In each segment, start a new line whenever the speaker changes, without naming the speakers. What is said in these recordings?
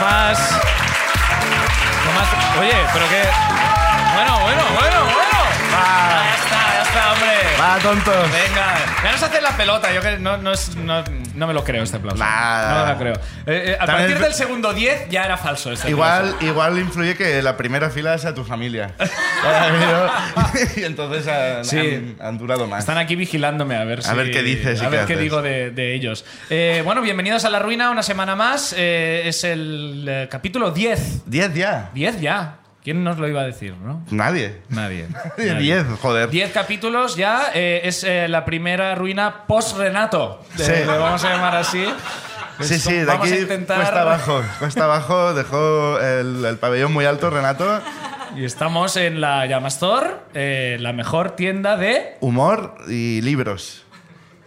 más. Lo más. Oye, pero que. Bueno, bueno, bueno, bueno.
Va.
Ya está, ya está, hombre.
Va, tontos.
Venga, ya nos hacen la pelota. Yo que no, no, es- no- no me lo creo este aplauso.
Nada.
No me lo creo. Eh, eh, a
También
partir
es-
del segundo 10 ya era falso este
Igual,
aplauso.
igual influye que la primera fila sea tu familia. Ahora mismo. y entonces han,
Sí.
han- han durado más.
Están aquí vigilándome a ver
A ver qué dices y
A
qué
ver qué
haces.
digo de, de ellos. Eh, bueno, bienvenidos a La Ruina, una semana más. Eh, es el eh, capítulo 10.
10 ya.
10 ya. ¿Quién nos lo iba a decir, no?
Nadie.
Nadie. Nadie.
10, joder.
10 capítulos ya, eh, es eh, la primera ruina post-Renato. Eh,
Sí.
Lo vamos a llamar así.
Sí,
Es
sí, de
Pues vamos
aquí
a intentar...
cuesta abajo. Cuesta abajo, dejó el, el pabellón muy alto, Renato.
Y estamos en la Llamastor, eh, la mejor tienda de...
Humor y libros.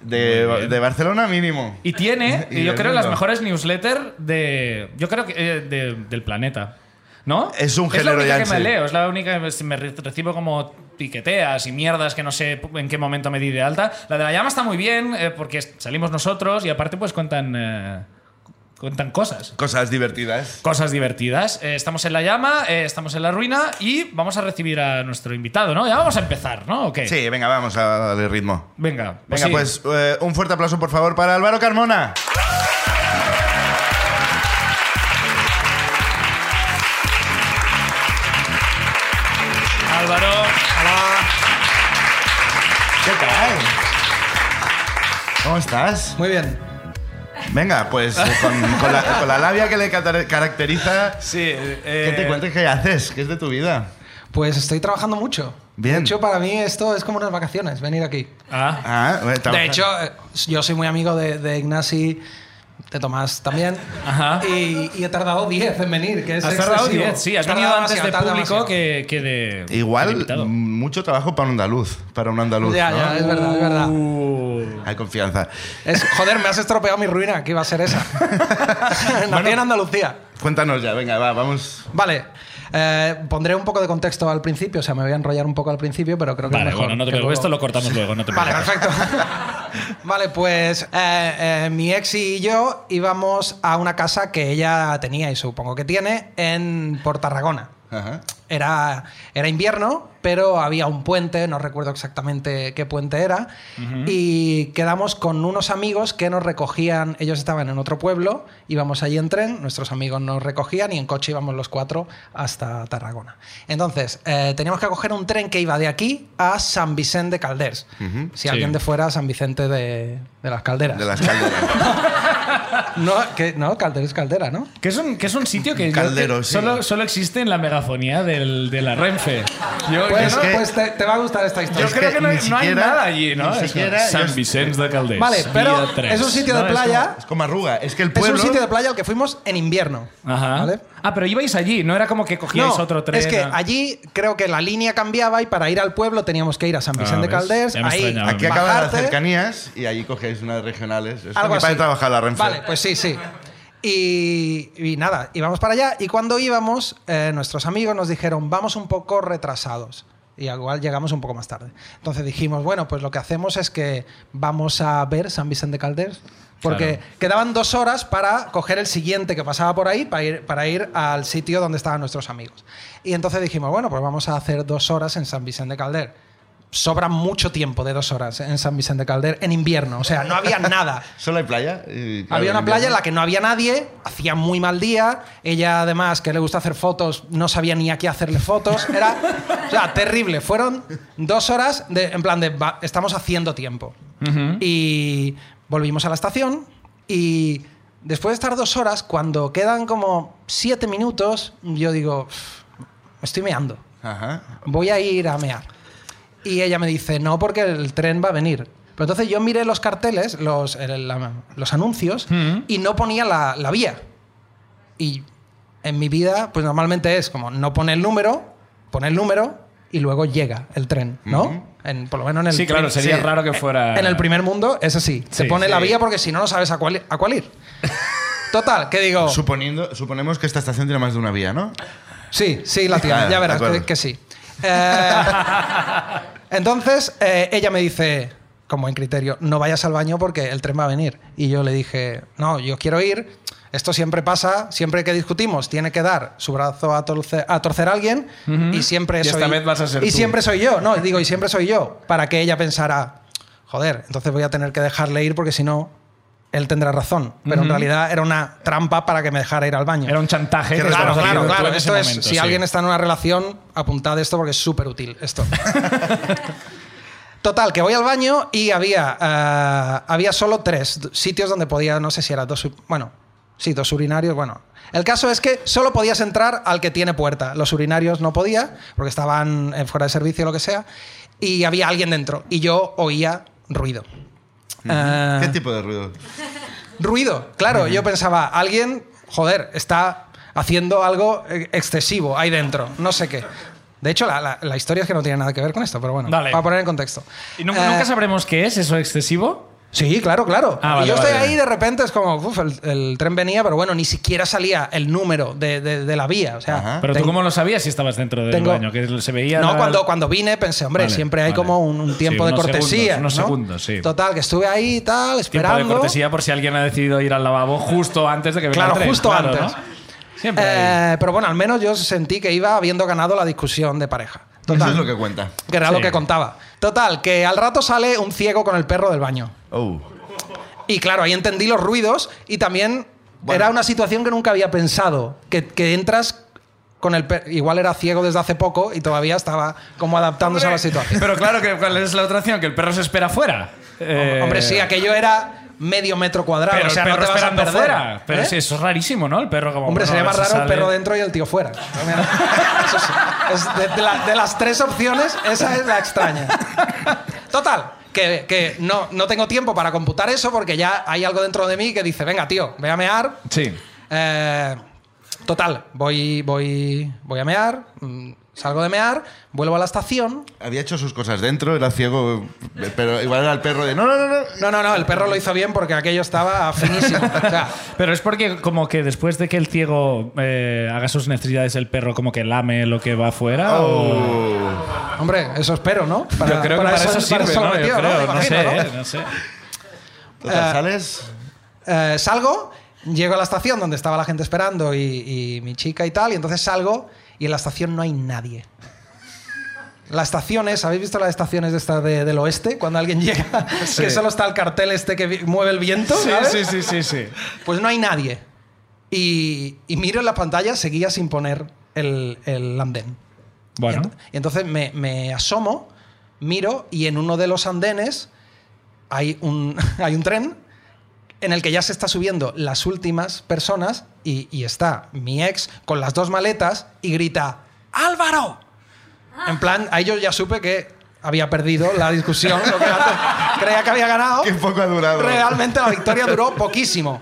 De, de Barcelona mínimo.
Y tiene,
Y
yo
del
creo, las
mundo.
mejores newsletters de... Yo creo que eh, de- del planeta. ¿No?
Es un
Es
género
la única que
yanchi.
me leo, es la única que me re- recibo como piqueteas y mierdas que no sé en qué momento me di de alta. La de la llama está muy bien eh, porque salimos nosotros y aparte pues cuentan, eh, cuentan cosas.
Cosas divertidas.
Cosas divertidas. Eh, estamos en la llama, eh, estamos en la ruina y vamos a recibir a nuestro invitado, ¿no? Ya vamos a empezar, ¿no? ¿O qué?
Sí, venga, vamos a darle ritmo.
Venga, pues
Venga,
sí.
pues eh, un fuerte aplauso, por favor, para Álvaro Carmona.
Álvaro.
¿Qué tal? ¿Cómo estás?
Muy bien.
Venga, pues eh, con, con la, con la labia que le catar- caracteriza, eh,
Sí.
que te cuentes qué haces, qué es de tu vida.
Pues estoy trabajando mucho.
Bien.
De hecho, para mí esto es como unas vacaciones, venir aquí.
Ah,
Ah, eh,
De
trabaja-
hecho, eh, yo soy muy amigo de, de Ignasi, de Tomás también.
Ajá.
Y, y he tardado 10 en venir, que es
has tardado
excesivo.
10, sí, has
Tardado
venido antes de
demasiado, tardado
público
demasiado.
que, que de. de
Igual,
invitado.
mucho trabajo para un andaluz, para un andaluz.
Ya,
¿no?
ya, es verdad, es verdad.
Uh.
Hay confianza.
Es- joder, me has estropeado mi ruina, que iba a ser esa. Nací en Andalucía.
Cuéntanos ya, venga, va, vamos.
Vale, eh, pondré un poco de contexto al principio, o sea, me voy a enrollar un poco al principio, pero creo que es
Vale,
mejor.
bueno, no te
que
preocupes, esto
luego-
lo cortamos luego, no te
Vale,
preocupes.
perfecto. vale, pues eh, eh, mi ex y yo íbamos a una casa que ella tenía y supongo que tiene en por Tarragona.
Ajá.
Era, era invierno, pero había un puente, no recuerdo exactamente qué puente era, y quedamos con unos amigos que nos recogían, ellos estaban en otro pueblo, íbamos allí en tren, nuestros amigos nos recogían y en coche íbamos los cuatro hasta Tarragona. Entonces, eh, teníamos que coger un tren que iba de aquí a San Vicente de Calders, si alguien de fuera San Vicente de, de las Calderas.
De las calderas.
No, que, no, Calders, Caldera, ¿no?
Que es, un, que es un sitio que, yo-
Caldero,
que
sí.
solo, solo existe en la megafonía del, de la Renfe. Yo,
Pues,
es que-
pues te, te va a gustar esta historia.
yo
es
creo
que
que, no, hay,
ni
no hay
siquiera-
nada allí, ¿no?
ni
Es-
siquiera-
San
yo-
Vicente de Caldés.
Vale, pero
vía tres.
es un sitio de
No, es
playa.
Es como arruga, es que el
Es
pueblo.
un sitio de playa al que fuimos en invierno.
como- Ajá.
¿vale?
Ah, pero ibais allí, no era como que cogíais
No,
otro tren. Ah.
es que
a-
allí creo que la línea cambiaba y para ir al pueblo teníamos que ir a San Vicente de
Ah, ves,
Calders.
ya me
Ahí,
extrañaba.
Aquí acaban las
bajarte.
cercanías y allí cogéis unas regionales. Es
Algo
mi padre
así.
trabaja en la Renfe.
Vale, pues sí, sí. Y, y nada, íbamos para allá y cuando íbamos, eh, nuestros amigos nos dijeron, vamos un poco retrasados. Y al igual llegamos un poco más tarde. Entonces dijimos, bueno, pues lo que hacemos es que vamos a ver San Vicente de Calders. Porque quedaban dos horas para coger el siguiente que pasaba por ahí para ir, para ir al sitio donde estaban nuestros amigos. Y entonces dijimos, bueno, pues vamos a hacer dos horas en San Vicente de Calder sobra mucho tiempo de dos horas en San Vicente de Calder en invierno. O sea, no había nada.
Solo hay playa. y, claro,
había una
en
playa en
invierno-
la que no había nadie, hacía muy mal día. Ella, además, que le gusta hacer fotos, no sabía ni a qué hacerle fotos. Era o sea, terrible. Fueron dos horas de, en plan de va, estamos haciendo tiempo. Y volvimos a la estación y después de estar dos horas, cuando quedan como siete minutos, yo digo, "Uf, me estoy meando
Ajá.
voy a ir a mear. Y ella me dice, no, porque el tren va a venir. Pero entonces yo miré los carteles, los, el- la- los anuncios,
Mm.
y no ponía la, la vía. Y en mi vida, pues normalmente es como, no pone el número, pone el número, y luego llega el tren, ¿no? En- por lo menos en el
Mm-hmm. Sí, claro,
prim-
sería
sí.
raro que fuera.
en el primer mundo es así. Se
Sí,
pone la
sí.
vía porque si no, no sabes a cuál, a cuál ir. Total, que digo...
Suponiendo, suponemos que esta estación tiene más de una vía, ¿no?
Sí, sí, la tía,
Ah,
ya
de
verás
acuerdo.
que, que sí. Eh, entonces, eh, ella me dice, "Co- con buen criterio, no vayas al baño porque el tren va a venir. Y yo le dije, no, yo quiero ir. Esto siempre pasa, siempre que discutimos, tiene que dar su brazo a, torce- a torcer a alguien y siempre
Y
soy
esta vez vas a ser
y
tú.
siempre soy yo, no, digo, y siempre soy yo, para que ella pensara, joder, entonces voy a tener que dejarle ir porque si no, él tendrá razón. Pero en realidad era una trampa para que me dejara ir al baño.
Era un chantaje. que
Claro,
estabas
claro,
haciendo tú
claro.
en ese
Esto es,
momento,
si
sí.
alguien está en una relación, apuntad esto porque es súper útil esto. Total, que voy al baño y había, eh, había solo tres d- sitios donde podía, no sé si era dos, u- bueno, sí, dos urinarios, bueno. El caso es que solo podías entrar al que tiene puerta. Los urinarios no podía, porque estaban eh, fuera de servicio o lo que sea, y había alguien dentro. Y yo oía ruido. Eh,
Ah.
¿Qué tipo de ruido?
ruido. Claro, yo pensaba, alguien, joder, está haciendo algo eh, excesivo ahí dentro, no sé qué. De hecho, la, la- la historia es que no tiene nada que ver con esto, pero bueno,
Dale.
para poner en contexto.
¿Y nunca, nunca
Eh,
sabremos qué es eso excesivo?
Sí, claro, claro.
Ah,
y
vale,
yo
vale,
estoy
vale.
ahí y de repente es como, uff, el, el tren venía, pero bueno, ni siquiera salía el número de, de- de la vía. O sea,
Ajá.
Pero tú
tengo-
cómo lo sabías si estabas dentro del
Tengo-
baño, que se veía...
No,
la-
cuando, cuando vine pensé, hombre,
Vale,
siempre hay
vale.
como un, un
Sí,
tiempo de
unos
cortesía.
segundos, unos
¿no?
segundos, sí.
Total, que estuve ahí y tal,
Tiempo
esperando.
de cortesía por si alguien ha decidido ir al lavabo justo antes de que venga
Claro,
el tren.
justo
Claro,
antes.
¿no? Siempre hay-
Eh, pero bueno, al menos yo sentí que iba habiendo ganado la discusión de pareja.
Eso
Total,
es lo que cuenta.
que era lo
Sí.
que contaba. Total, que al rato sale un ciego con el perro del baño.
Oh.
Y claro, ahí entendí los ruidos y también
Bueno.
era una situación que nunca había pensado. Que, que entras con el perro. Igual era ciego desde hace poco y todavía estaba como adaptándose a la situación.
Pero claro, que ¿cuál es la otra opción? Que el perro se espera fuera. Eh,
Hombre, sí, aquello era medio metro cuadrado.
Pero
o sea,
el perro
no te vas a
esperando
perder.
fuera. Pero
¿Eh?
sí, eso es rarísimo, ¿no? El perro como...
Hombre,
bueno,
sería
a ver
más
si
raro el
sale.
perro dentro y el tío fuera. Eso sí. Es de, de la- de las tres opciones, esa es la extraña. Total, que, que no, no tengo tiempo para computar eso porque ya hay algo dentro de mí que dice, venga, tío, ve a mear.
Sí.
Eh, total, voy, voy, voy a mear, mm, salgo de mear, vuelvo a la estación.
Había hecho sus cosas dentro, era ciego, pero igual era el perro de no, no, no, no.
No, no, no, el perro lo hizo bien porque aquello estaba finísimo. O sea,
Pero es porque como que después de que el ciego eh, haga sus necesidades, el perro como que lame lo que va afuera. o-
Oh.
hombre, eso espero, ¿no?
Yo creo que para eso,
para
sirve,
eso lo
¿no? Yo
metió,
creo,
Me
no
imagino,
sé,
¿no?
¿eh? no sé.
Total,
Eh,
¿Sales?
Eh, salgo, llego a la estación donde estaba la gente esperando y, y mi chica y tal, y entonces salgo y en la estación no hay nadie. Las estaciones, ¿habéis visto las estaciones de esta de- del oeste? Cuando alguien llega, que solo está el cartel este que vi- mueve el viento. ¿sabes?
Sí, sí, sí, sí.
Pues no hay nadie. Y, y miro en la pantalla, seguía sin poner el, el andén.
Bueno.
Y ent- Y entonces me, me asomo, miro y en uno de los andenes hay un, hay un tren en el que ya se está subiendo las últimas personas y, y está mi ex con las dos maletas y grita, Álvaro. En plan, a ellos ya supe que había perdido la discusión, lo que antes creía que había ganado.
Qué poco ha durado.
Realmente la victoria duró poquísimo.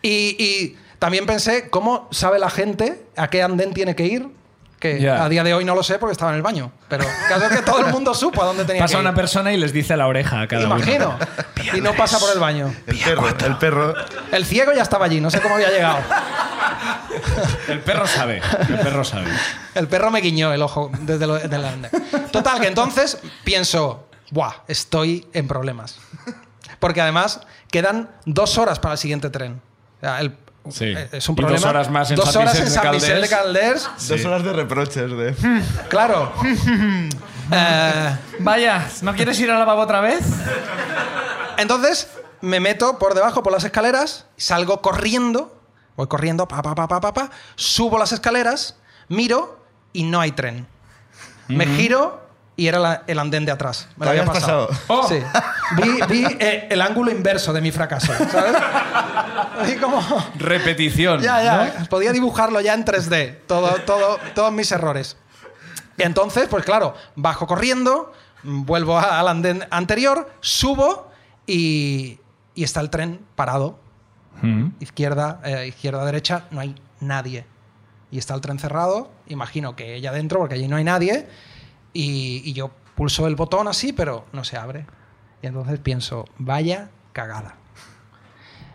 Y, y también pensé, ¿cómo sabe la gente a qué andén tiene que ir? Que
Ya.
a día de hoy no lo sé porque estaba en el baño. Pero el caso es que todo el mundo supo a dónde tenía
Pasa
que ir.
una persona y les dice a la oreja a cada
Imagino.
uno.
y no pasa por el baño.
El perro, el perro.
El ciego ya estaba allí, no sé cómo había llegado.
El perro sabe. El perro sabe.
El perro me guiñó el ojo desde lo- desde el andén. Total, que entonces pienso, ¡buah! Estoy en problemas. Porque además quedan dos horas para el siguiente tren. O sea, el-
Sí.
eh, Es un
Y dos
problema.
horas más en
Dos
San
horas
Vicente
en San
de
Vicente de Calders.
Dos horas de reproches de.
Hmm.
Claro. Eh,
Vaya, ¿no quieres ir al lavabo otra vez?
entonces me meto por debajo por las escaleras, salgo corriendo, voy corriendo, pa, pa, pa, pa, pa, pa, subo las escaleras, miro y no hay tren. Me giro y era la- el andén de atrás. Me lo
¿Te
había
habías Oh.
pasado.
pasado?
Sí. Vi, vi, eh, el ángulo inverso de mi fracaso, ¿sabes? Así como...
Repetición.
Ya, ya. Podía dibujarlo ya en 3D. Todo, todo, todos mis errores. Y entonces, pues claro, bajo corriendo, mm, vuelvo a- al andén anterior, subo y, y está el tren parado.
Mm.
Izquierda, eh, izquierda, derecha, no hay nadie. Y está el tren cerrado, imagino que ella dentro, porque allí no hay nadie. Y, y yo pulso el botón así, pero no se abre. Y entonces pienso, vaya cagada.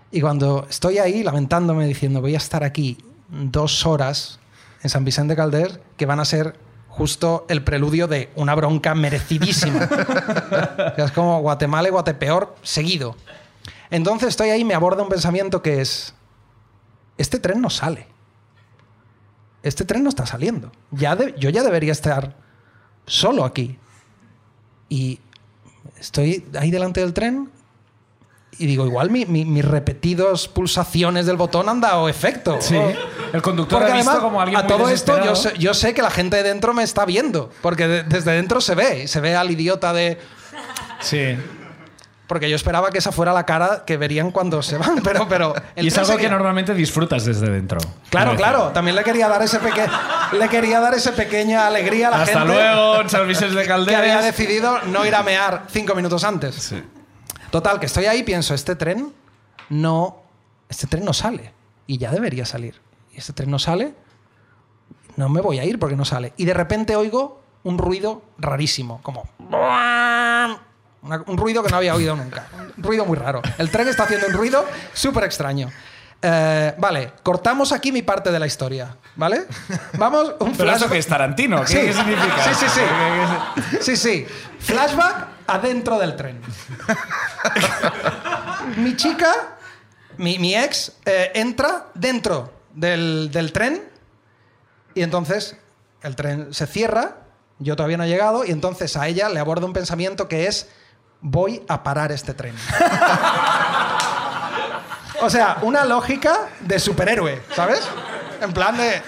Y cuando estoy ahí lamentándome diciendo voy a estar aquí dos horas en San Vicente Calder, que van a ser justo el preludio de una bronca merecidísima. O sea, es como Guatemala y Guatepeor seguido. Entonces estoy ahí y me aborda un pensamiento que es, este tren no sale. Este tren no está saliendo. Ya de- yo ya debería estar solo aquí. Y estoy ahí delante del tren y digo, igual mi- mi- mis repetidos pulsaciones del botón han dado efecto. Oh.
Sí. El conductor
Porque
ha visto
además,
como alguien
a
muy
todo esto yo
desesperado.
sé, yo sé que la gente de dentro me está viendo, porque de- desde dentro se ve, y se ve al idiota de...
Sí.
Porque yo esperaba que esa fuera la cara que verían cuando se van, pero... pero el
Y es
tren
algo
seguía.
que normalmente disfrutas desde dentro.
Claro,
Quiero
claro,
decir.
también le quería dar ese peque- le quería dar ese pequeña alegría a la
Hasta
gente
luego, servicios de
que había
calderas.
decidido no ir a mear cinco minutos antes. Total, que estoy ahí pienso, este tren no. Este tren no sale. Y ya debería salir. Y este tren no sale. No me voy a ir porque no sale. Y de repente oigo un ruido rarísimo, como. Una- un ruido que no había oído nunca. Un ruido muy raro. El tren está haciendo un ruido súper extraño. Eh, vale, cortamos aquí mi parte de la historia. ¿Vale? Vamos, un
Pero
flash-
eso que es Tarantino, ¿qué,
Sí.
qué significa?
Sí, sí, sí. Sí, sí. Flashback adentro del tren. mi chica, mi, mi ex, eh, entra dentro del, del tren y entonces el tren se cierra, yo todavía no he llegado y entonces a ella le aborda un pensamiento que es voy a parar este tren. o sea, una lógica de superhéroe, ¿sabes? En plan de...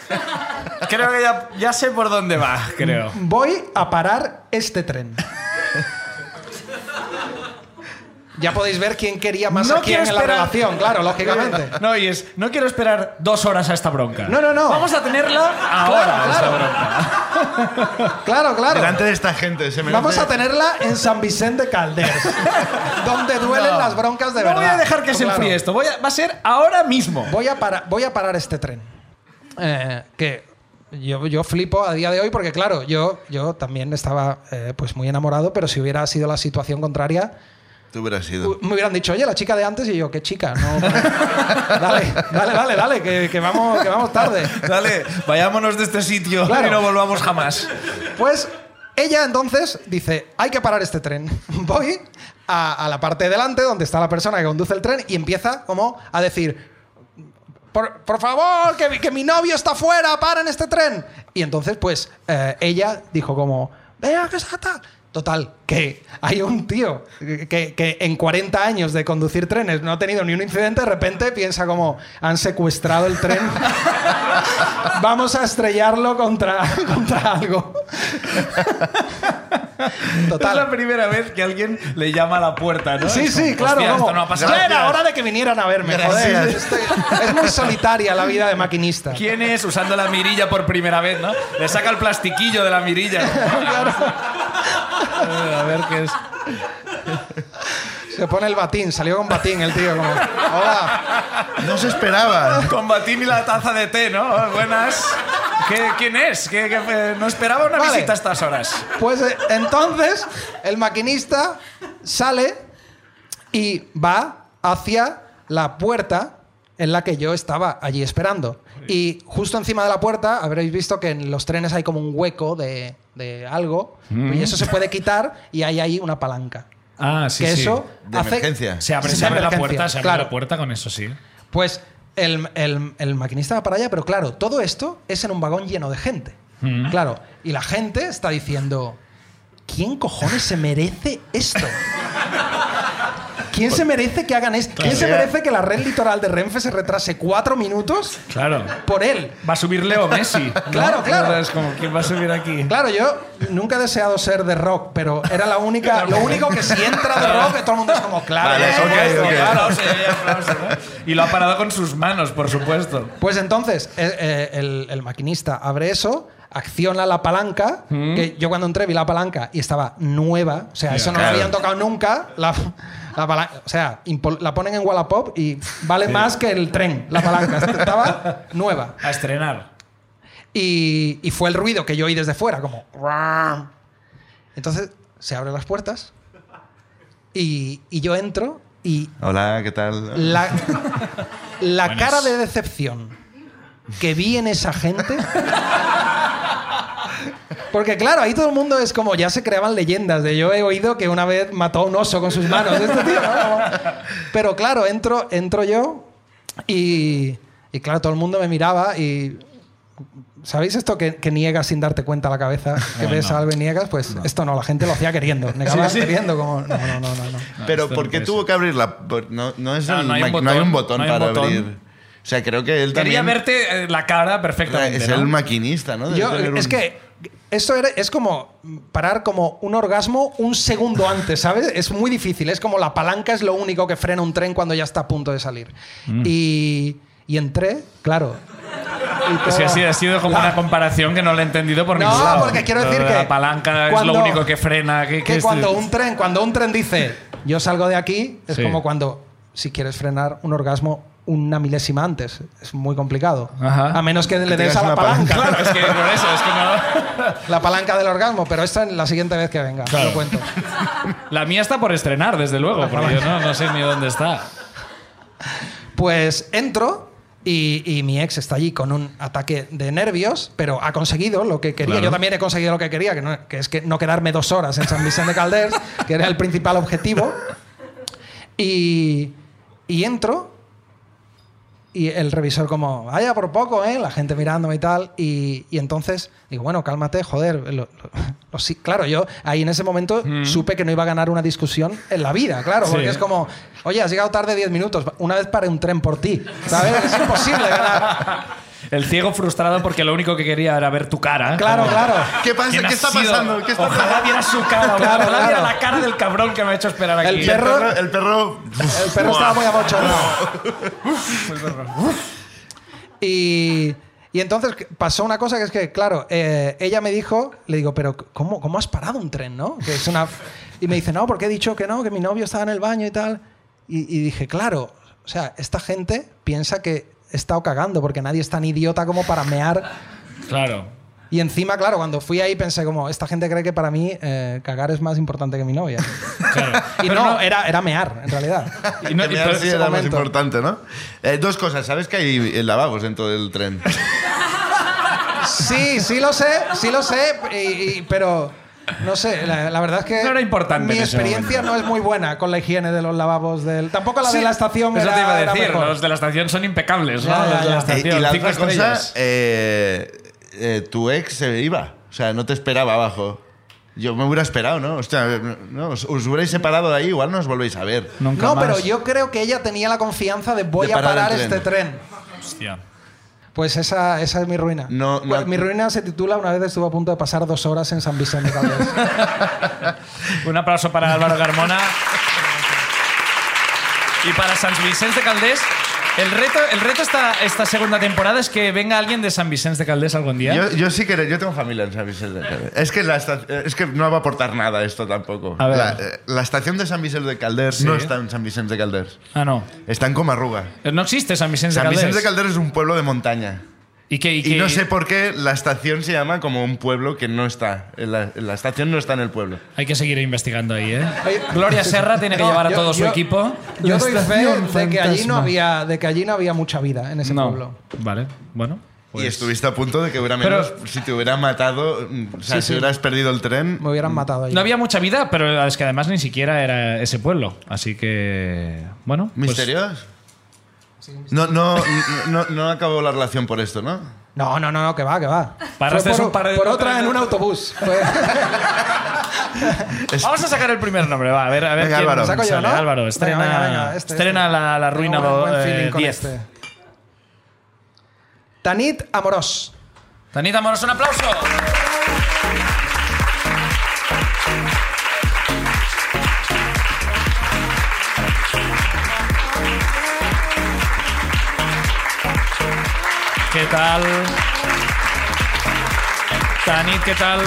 Creo que ya, ya sé por dónde va, creo.
Voy a parar este tren. Ya podéis ver quién quería más
No
a quién
quiero
en la
esperar.
relación, claro, lógicamente.
No, y es, no quiero esperar dos horas a esta bronca.
No, no, no.
Vamos a tenerla ahora,
Claro,
esta
claro.
bronca.
Claro, claro.
Delante de esta gente, se me
Vamos
hace-
a tenerla en San Vicente Calder, donde duelen
No.
las broncas de
no
verdad.
voy a dejar que se
Claro.
enfríe esto. Voy a- va a ser ahora mismo.
Voy a, para- voy a parar este tren. Eh, que yo, yo flipo a día de hoy porque, claro, yo, yo también estaba eh, pues muy enamorado, pero si hubiera sido la situación contraria,
Tú hubieras sido.
U- me hubieran dicho, oye, la chica de antes, y yo, ¿qué chica? No, dale, dale, dale, dale, que, que vamos, que vamos tarde.
Dale, vayámonos de este sitio
Claro.
y no volvamos jamás.
Pues ella entonces dice, hay que parar este tren. Voy a, a la parte de delante donde está la persona que conduce el tren y empieza como a decir, por, por favor, que, mi- que mi novio está fuera, paren este tren. Y entonces, pues, eh, ella dijo como, vea que está tal. Total, que hay un tío que, que en 40 años de conducir trenes no ha tenido ni un incidente, de repente piensa como, han secuestrado el tren, vamos a estrellarlo contra, contra algo.
Es la
Total.
primera vez que alguien le llama a la puerta, ¿no?
Sí,
Es como,
sí, claro.
"Hostia,
como,
esto no ha pasado".
ya era
Gracias.
hora de que vinieran a verme. Joder,
Gracias.
Estoy- es muy solitaria la vida de maquinista.
¿Quién es? Usando la mirilla por primera vez, ¿no? Le saca el plastiquillo de la mirilla. A ver qué es.
Se pone el batín, salió con batín el tío, como, hola.
No se esperaba.
Con batín y la taza de té, ¿no? Buenas. ¿Qué- ¿Quién es? ¿Qué- qué fue? no esperaba una
Vale.
visita a estas horas.
Pues eh, entonces el maquinista sale y va hacia la puerta en la que yo estaba allí esperando. Y justo encima de la puerta habréis visto que en los trenes hay como un hueco de, de algo
Mm.
y eso se puede quitar y hay ahí una palanca.
Ah,
que eso
De
hace-
emergencia.
Se abre,
Sí,
se abre la
emergencia,
puerta, se abre
claro.
la puerta con eso, sí.
Pues el, el- el maquinista va para allá, pero claro, todo esto es en un vagón lleno de gente.
Mm.
Claro, y la gente está diciendo, ¿quién cojones se merece esto? ¿Quién se merece que hagan esto? ¿Quién se
Claro.
merece que la red litoral de Renfe se retrase cuatro minutos
Claro.
por él?
Va a subir Leo Messi. ¿no?
Claro, claro.
Es como, ¿quién va a subir aquí?
Claro, yo nunca he deseado ser de rock, pero era la única, lo único que si entra de rock, todo el mundo es como, claro, eh,
Vale,
Eh,
por
ok,
supuesto,
ok.
claro.
Aplauso, y aplauso, ¿no? Y lo ha parado con sus manos, por supuesto.
Pues entonces, eh, eh, el, el maquinista abre eso, acciona la palanca, que yo cuando entré vi la palanca y estaba nueva, o sea, eso no
claro.
lo habían tocado nunca, la, la palanca, o sea, impo- la ponen en Wallapop y vale más que el tren, la palanca, estaba nueva.
A estrenar.
Y, y fue el ruido que yo oí desde fuera, como... "Ruam". Entonces se abren las puertas y, y yo entro y
Hola, ¿qué tal?
la, la
Buenas.
cara de decepción que vi en esa gente. Porque claro, ahí todo el mundo es como, ya se creaban leyendas de yo he oído que una vez mató a un oso con sus manos. Este tío, ¿no? Pero claro, entro, entro yo y, y claro, todo el mundo me miraba y... ¿Sabéis esto que, que niegas sin darte cuenta la cabeza? Que
No,
ves
no.
algo y niegas, pues esto no, la gente lo hacía queriendo. Negaba
Sí, sí.
queriendo como... No, no, no, no. no.
Pero
esto no
¿por qué
puede
tuvo
ser.
que abrir la por- No, no es
No,
el
no hay un
ma-
botón,
botón
no hay un
para
botón.
abrir. O sea, creo que él
Quería
también
verte eh, la cara perfectamente.
es
¿no?
el maquinista, ¿no? Debe
Yo,
tener
es
un-
que esto era- es como parar como un orgasmo un segundo antes, ¿sabes? Es muy difícil. Es como la palanca es lo único que frena un tren cuando ya está a punto de salir. Y, y entré, claro. Y todo-
Sí, ha sido, ha sido como una comparación que no la he entendido por
No,
ningún lado.
porque quiero
Lo
decir
de
que
La palanca es
cuando-
lo único que frena. que- que
que
es-
cuando un tren, cuando un tren dice yo salgo de aquí, es
Sí.
como cuando si quieres frenar un orgasmo una milésima antes. Es muy complicado.
Ajá.
A menos que, le
tengas
des a la
una palanca.
palanca.
Claro, es que por eso, es que no.
La palanca del orgasmo, pero esta en la siguiente vez que venga.
Claro.
Lo cuento.
La mía está por estrenar, desde
Ah,
luego, porque yo no, no sé ni dónde está.
Pues entro y, y mi ex está allí con un ataque de nervios, pero ha conseguido lo que quería.
Claro.
Yo también he conseguido lo que quería, que, no- que es que no quedarme dos horas en San Vicente de Calders, que era el principal objetivo. Y, y entro y el revisor como, vaya por poco, ¿eh? La gente mirándome y tal. Y, y entonces digo, bueno, cálmate, joder. Lo- lo- lo sí- claro, yo ahí en ese momento supe que no iba a ganar una discusión en la vida, claro.
Sí.
Porque es como, oye, has llegado tarde 10 minutos. Una vez paré un tren por ti. ¿Sabes? Es imposible ganar.
El ciego frustrado porque lo único que quería era ver tu cara.
Claro,
Como,
claro.
¿Qué pasa?
¿quién
¿Qué
ha
está
sido?
pasando? ¿Qué está
Ojalá viera su cara.
Claro,
ojalá viera
claro.
la cara del cabrón que me ha hecho esperar aquí.
El
El
perro-
perro, el perro.
El perro estaba muy abochornado. Y, y entonces pasó una cosa que es que, claro, eh, ella me dijo, le digo, pero ¿cómo, cómo has parado un tren, no? Que es una... Y me dice, no, porque he dicho que no, que mi novio estaba en el baño y tal. Y, y dije, claro, o sea, esta gente piensa que he estado cagando porque nadie es tan idiota como para mear.
Claro.
Y encima, claro, cuando fui ahí pensé como, esta gente cree que para mí eh, cagar es más importante que mi novia.
claro.
Y
Pero
no, era, era mear, en realidad.
y no-
que
y
me
pero-
sí era más
momento.
importante, ¿no? Eh, dos cosas. ¿Sabes que hay eh, lavabos dentro del tren?
Sí, sí lo sé, sí lo sé, y- y- pero no sé, la, la verdad es que
No era importante
mi
en ese
experiencia no es muy buena con la higiene de los lavabos del... Tampoco la de la estación
Eso
era,
te iba a
era
decir.
mejor.
Los de la estación son impecables, ¿no?
Ya,
Los de
ya, ya.
la
Eh,
estación.
y la
cinco
otra cosa,
estrellas.
eh, eh, tu ex se iba. O sea, no te esperaba abajo. Yo me hubiera esperado, ¿no? Hostia, no, os, os hubierais separado de ahí, igual no os volvéis a ver.
Nunca
No,
más.
pero yo creo que ella tenía la confianza de voy
De
a
parar
parar
el
este tren.
Hostia.
Pues esa, esa es mi ruina.
No,
Pues
no-
Mi ruina se titula Una vez estuve a punto de pasar dos horas en San Vicente. de Calders".
Un aplauso para Álvaro Carmona. Y para San Vicente de Caldés. El reto, el reto esta, esta segunda temporada es que venga alguien de San Vicente de Caldés algún día.
Yo, yo sí que yo tengo familia en San Vicente. del Calder. Es que, la esta- eh, es que no va a aportar nada esto tampoco.
A ver.
La, eh, la estación de San Vicente de Calder no está en San Vicente de Calder.
Ah, no.
Está en Comarruga.
No existe San Vicente de
San
Caldés.
Vicente de Calder es un pueblo de montaña.
¿Y, qué- y
Y
qué-
no sé por qué la estación se llama como un pueblo que no está. La, la estación no está en el pueblo.
Hay que seguir investigando ahí, ¿eh?
Oye,
Gloria Serra tiene que
No,
llevar a
yo-
todo su
yo-
equipo.
Yo doy fe
estación
de que, allí no
fantasma.
había, de que allí no había mucha vida en ese pueblo.
Vale, bueno.
y estuviste a punto de que hubiera
Pues Pero-
menos si te hubiera matado, mm, o sea,
Sí,
si
sí.
hubieras perdido el tren.
Me hubieran matado allí.
Mm. No había mucha vida, pero es que además ni siquiera era ese pueblo. Así que. Bueno. pues-
¿Misterios? No, no, no, no acabó la relación por esto, ¿no?
No, no, no, no, que va, que va.
Paraste
Fue por,
un par de-
por otra en un autobús. Fue-
Vamos a sacar el primer nombre, va, a ver, a ver.
Venga,
quién
Álvaro.
sale.
¿Saco yo, no?
Álvaro, estrena,
Venga, venga, venga, este,
estrena
este.
La, la ruina
Tengo buen- buen feeling
eh,
con
10.
este. Tanit Amorós.
Tanita Moros, un aplauso. ¿Qué tal? Tanit, ¿qué tal?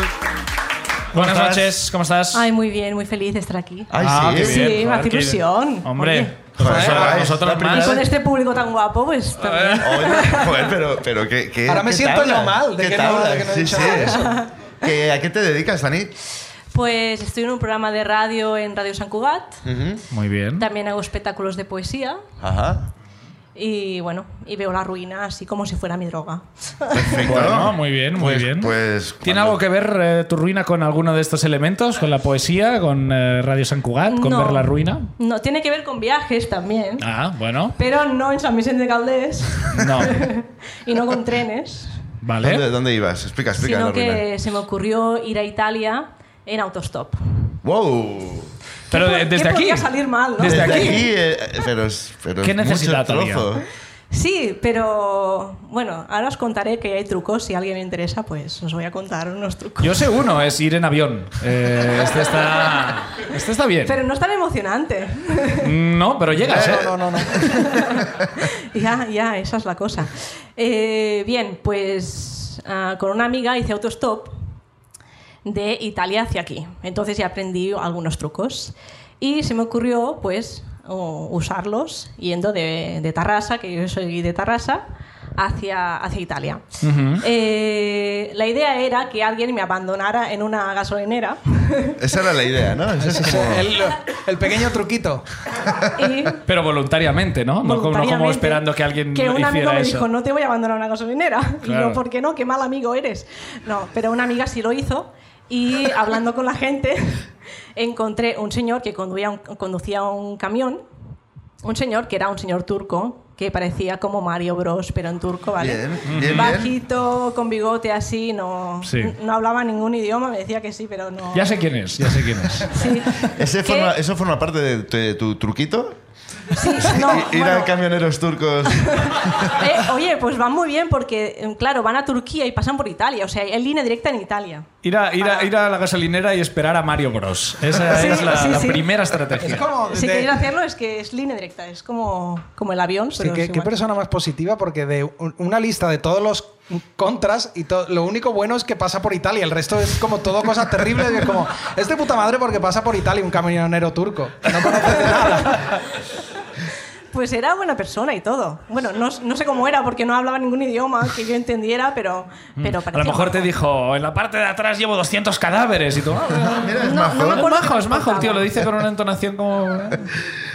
Buenas
estás?
noches, ¿cómo estás?
Ay, muy bien, muy feliz de estar aquí.
Ay,
Ah,
sí.
qué bien,
Sí, me hace
qué-
ilusión.
Hombre,
Oye.
Joder,
nosotros-
guay,
nosotros
la primera
Y
más.
con este público tan guapo, pues también.
Oye, joder, pero, pero qué, qué-
Ahora me
qué
siento
tabla,
yo mal de
qué
que no-
tabla.
de que no he
Sí,
dicho
sí.
nada de
¿Qué- ¿A qué te dedicas, Dani?
Pues estoy en un programa de
Mm.
radio en Radio San Cugat.
Muy bien.
También hago espectáculos de poesía.
Ajá.
y bueno, y veo la ruina así como si fuera mi droga.
Perfecto.
Bueno, muy bien, muy
Pues-
bien.
Pues.
¿Tiene
cuando-
algo que ver eh, tu ruina con alguno de estos elementos? ¿Con la poesía? ¿Con eh, Radio San Cugat? ¿Con
No.
ver la ruina?
No, tiene que ver con viajes también,
Ah, bueno.
pero no en San Vicente de Caldés
No.
y no con trenes,
Vale.
¿Dónde, dónde ibas? Explica, explica.
sino
la ruina.
que se me ocurrió ir a Italia en autostop.
¡Wow!
Pero
¿Qué
de-
po-
desde
qué
aquí.
podría salir mal, no?
Desde
Desde
aquí.
aquí. eh, pero, es- pero
¿Qué
es mucho
necesidad había?
trozo.
Sí, pero bueno, ahora os contaré que hay trucos. Si a alguien le interesa, pues os voy a contar unos trucos.
Yo sé uno, es ir en avión. Eh, este está. Este está bien.
Pero no es tan emocionante.
No, pero llegas, ¿eh?
No, no, no.
ya, ya, esa es la cosa. Eh, bien, pues ah, con una amiga hice autostop de Italia hacia aquí. Entonces ya aprendí algunos trucos. Y se me ocurrió, pues, o- usarlos yendo de, de Tarrasa, que yo soy de Tarrasa, hacia, hacia Italia. Eh, la idea era que alguien me abandonara en una gasolinera.
Esa era la idea, ¿no? Esa es como-
El, el pequeño truquito.
y
Pero voluntariamente, ¿no? No como- no
voluntariamente,
como esperando que alguien
que un amigo
hiciera
me
eso.
dijo no te voy a abandonar una gasolinera y
Claro.
yo por qué no qué mal amigo eres no pero una amiga sí lo hizo y hablando con la gente encontré un señor que conduía un- conducía un camión un señor que era un señor turco que parecía como Mario Bros pero en turco vale
Bien, bien, bien.
bajito con bigote así no
Sí.
no hablaba ningún idioma me decía que sí pero no
Ya sé quién es, ya sé quién es.
Sí.
Ese
Que-
forma- ¿Eso forma parte de tu, de tu truquito?
sí, no,
I- Ir
bueno.
a camioneros turcos.
Eh, oye, pues van muy bien porque, em, claro, van a Turquía y pasan por Italia. O sea, hay línea directa en Italia.
Ir a, ir a- ir a la gasolinera y esperar a Mario Bros. Esa
Sí,
es la,
sí,
la
sí.
primera estrategia.
Es como.
Si
de-
queréis hacerlo, es que es línea directa. Es como, como el avión,
Sí,
pero
qué,
es
qué
igual.
persona más positiva, porque de un- una lista de todos los contras y to- lo único bueno es que pasa por Italia. El resto es como todo cosas terribles. y es como, es de puta madre porque pasa por Italia un camionero turco. No conoces de nada.
Pues era buena persona y todo. Bueno, no, no sé cómo era porque no hablaba ningún idioma que yo entendiera, pero,
Mm.
pero
a lo
parecía
mejor te
majo.
dijo, en la parte de atrás llevo 200 cadáveres y tú... "Ah,
Mira, es
No,
majo.
no lo
Es majo, es majo,
importaba.
el tío lo dice con una entonación como... "Eh,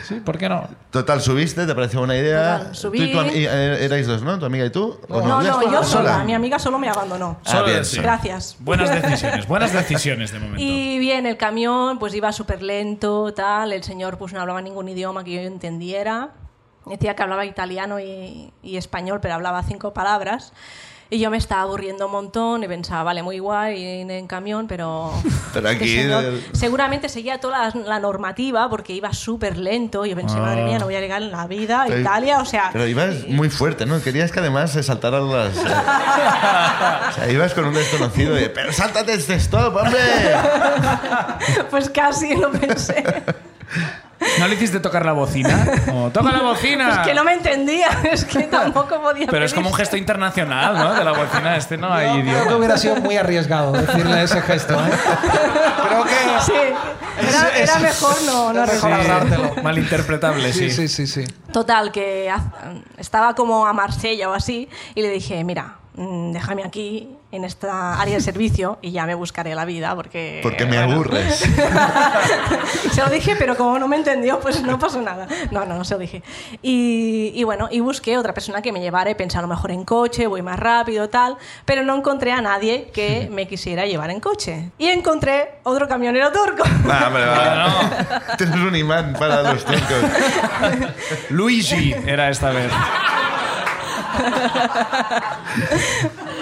Sí, ¿por qué no?
Total, subiste, te pareció una idea.
Total,
Tú
subí.
y tu am- y- eh, erais dos, ¿no? ¿Tu amiga y tú? ¿O
No,
Ya
no,
está,
yo sola. Mi amiga solo me abandonó.
Ah, bien,
sí.
Gracias.
Buenas decisiones, buenas decisiones de momento.
Y bien, el camión pues iba súper lento, tal, el señor pues no hablaba ningún idioma que yo entendiera, decía que hablaba italiano y, y español, pero hablaba cinco palabras, y yo me estaba aburriendo un montón y pensaba, vale, muy guay ir en camión, pero...
Pero
este
aquí-
señor seguramente seguía toda la, la normativa porque iba súper lento, y yo pensé,
Ah.
madre mía, no voy a llegar en la vida a
Pero-
Italia, o sea...
Pero ibas muy fuerte, ¿no? Querías que además se saltaran las. eh, o sea, ibas con un desconocido y. ¡Pero sáltate este stop, hombre!
pues casi lo pensé.
¿No le hiciste tocar la bocina? Como, ¡Toca la bocina!
Es que no me entendía, es que tampoco podía
Pero es como un
pedir-
gesto internacional, ¿no? De la bocina, este no hay
Creo que
idioma.
hubiera sido muy arriesgado decirle ese gesto. ¿eh? Creo que.
Sí, era,
Eso-
era
eso-
mejor no, no
Era mejor
arriesgar.
ahorrártelo.
Malinterpretable, sí.
Sí, sí, sí, sí.
Total, que haz- estaba como a Marsella o así y le dije, mira, mm, déjame aquí en esta área de servicio y ya me buscaré la vida porque...
Porque me
bueno".
aburres.
se lo dije, pero como no me entendió, pues no pasó nada. No, no, no se lo dije. Y, y bueno, y busqué otra persona que me llevara y pensé a lo mejor en coche, voy más rápido, tal, pero no encontré a nadie que me quisiera llevar en coche. Y encontré otro camionero turco.
Va, hombre,
Ah,
va. Tienes un imán para los turcos.
Luigi era esta vez.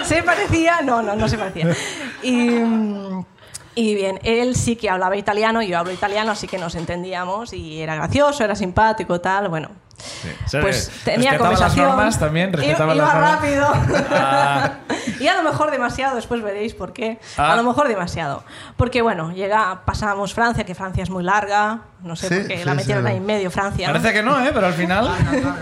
se parecía, no, no, no se parecía. Y, mm, y bien, él sí que hablaba italiano, yo hablo italiano, así que nos entendíamos y era gracioso, era simpático, tal, bueno. Pues tenía
respetaba las
conversación.
normas también,
Iba-
respetaba
iba
las normas.
rápido.
Ah.
y a lo mejor demasiado, después veréis por qué.
Ah.
A lo mejor demasiado. Porque bueno, llega, pasamos Francia, que Francia es muy larga, no sé
Sí,
por qué,
sí,
la
sí,
metieron
sí.
ahí en medio Francia.
Parece que no, ¿eh? Pero al final...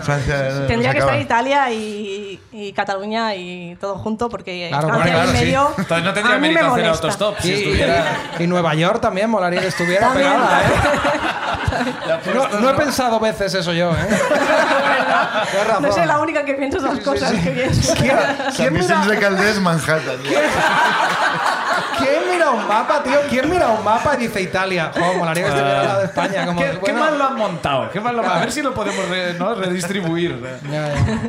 Francia. eh,
Tendría
se
que
acaba.
estar Italia y, y Cataluña y todo junto porque
Claro,
Francia
claro,
en
sí.
medio.
Entonces no
a
tendría
mí me
mérito hacer
molesta.
autostop si
Y,
estuviera...
y Nueva York también molaría que estuviera
También.
pegada, ¿eh? No, no he pensado veces eso yo, ¿eh? Tienes razón.
No soy la única que piensa esas
Sí, sí,
cosas
sí.
que pienso.
¿Quién-
San
quién
Vicente
mira-
de Caldés, Manhattan.
¿Quién mira un mapa, tío? ¿Quién mira un mapa y dice Italia? Jo, molaría que estuviera al lado de
Ah,
España. Como,
¿Qué, qué
bueno,
mal lo han montado? ¿Qué mal lo han- A ver si lo podemos re- ¿no? redistribuir.
ya, ya.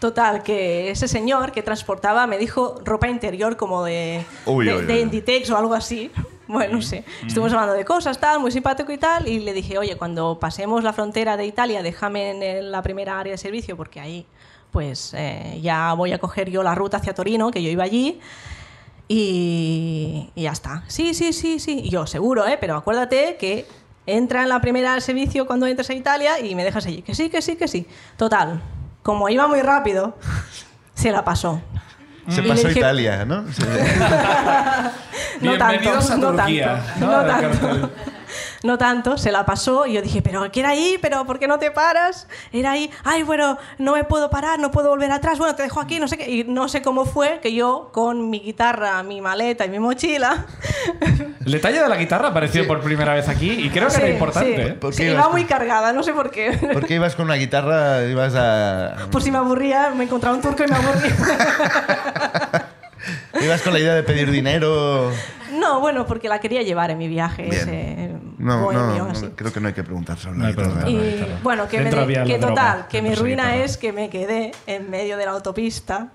Total, que ese señor que transportaba me dijo ropa interior como de,
Uy,
de,
uy,
de
uy.
Inditex o algo así. Bueno, no
Mm,
sé. Estuvimos hablando de cosas, tal, muy simpático y tal. Y le dije, oye, cuando pasemos la frontera de Italia, déjame en el- la primera área de servicio, porque ahí pues eh, ya voy a coger yo la ruta hacia Torino, que yo iba allí. Y, y ya está. Sí, sí, sí, sí. Y yo, seguro, ¿eh? Pero acuérdate que entra en la primera al servicio cuando entres a Italia y me dejas allí. Que sí, que sí, que sí. Total, como iba muy rápido, se la pasó.
Se
Y le
pasó a
dije-
Italia, ¿no? Sí.
No tanto,
Bienvenidos a
no
Turquía,
tanto,
¿no?
no
Cartel.
tanto. No tanto, se la pasó y yo dije, pero que era ahí, pero ¿por qué no te paras? Era ahí, ay, bueno, no me puedo parar, no puedo volver atrás, bueno, te dejo aquí, no sé qué. Y no sé cómo fue que yo con mi guitarra, mi maleta y mi mochila
El detalle de la guitarra apareció por primera vez aquí y creo que era
Sí,
importante.
sí.
¿eh?
¿Por
Sí,
qué
iba
ibas
muy
con-
cargada, no sé por qué.
¿Por qué ibas con una guitarra? Ibas a...
Por si me aburría, me encontraba un turco y me aburría.
¿Ibas con la idea de pedir dinero?
No, bueno, porque la quería llevar en mi viaje.
Bien.
Ese
No, no,
bohemio,
no,
así.
creo que no hay que preguntar sobre
Ah, No
la
hay
guitarra.
pregunta.
Y
guitarra.
bueno, que, me
Dentro
de-
había la
que
droga,
total, que mi
dentro sí,
ruina
guitarra.
es que me quedé en medio de la autopista,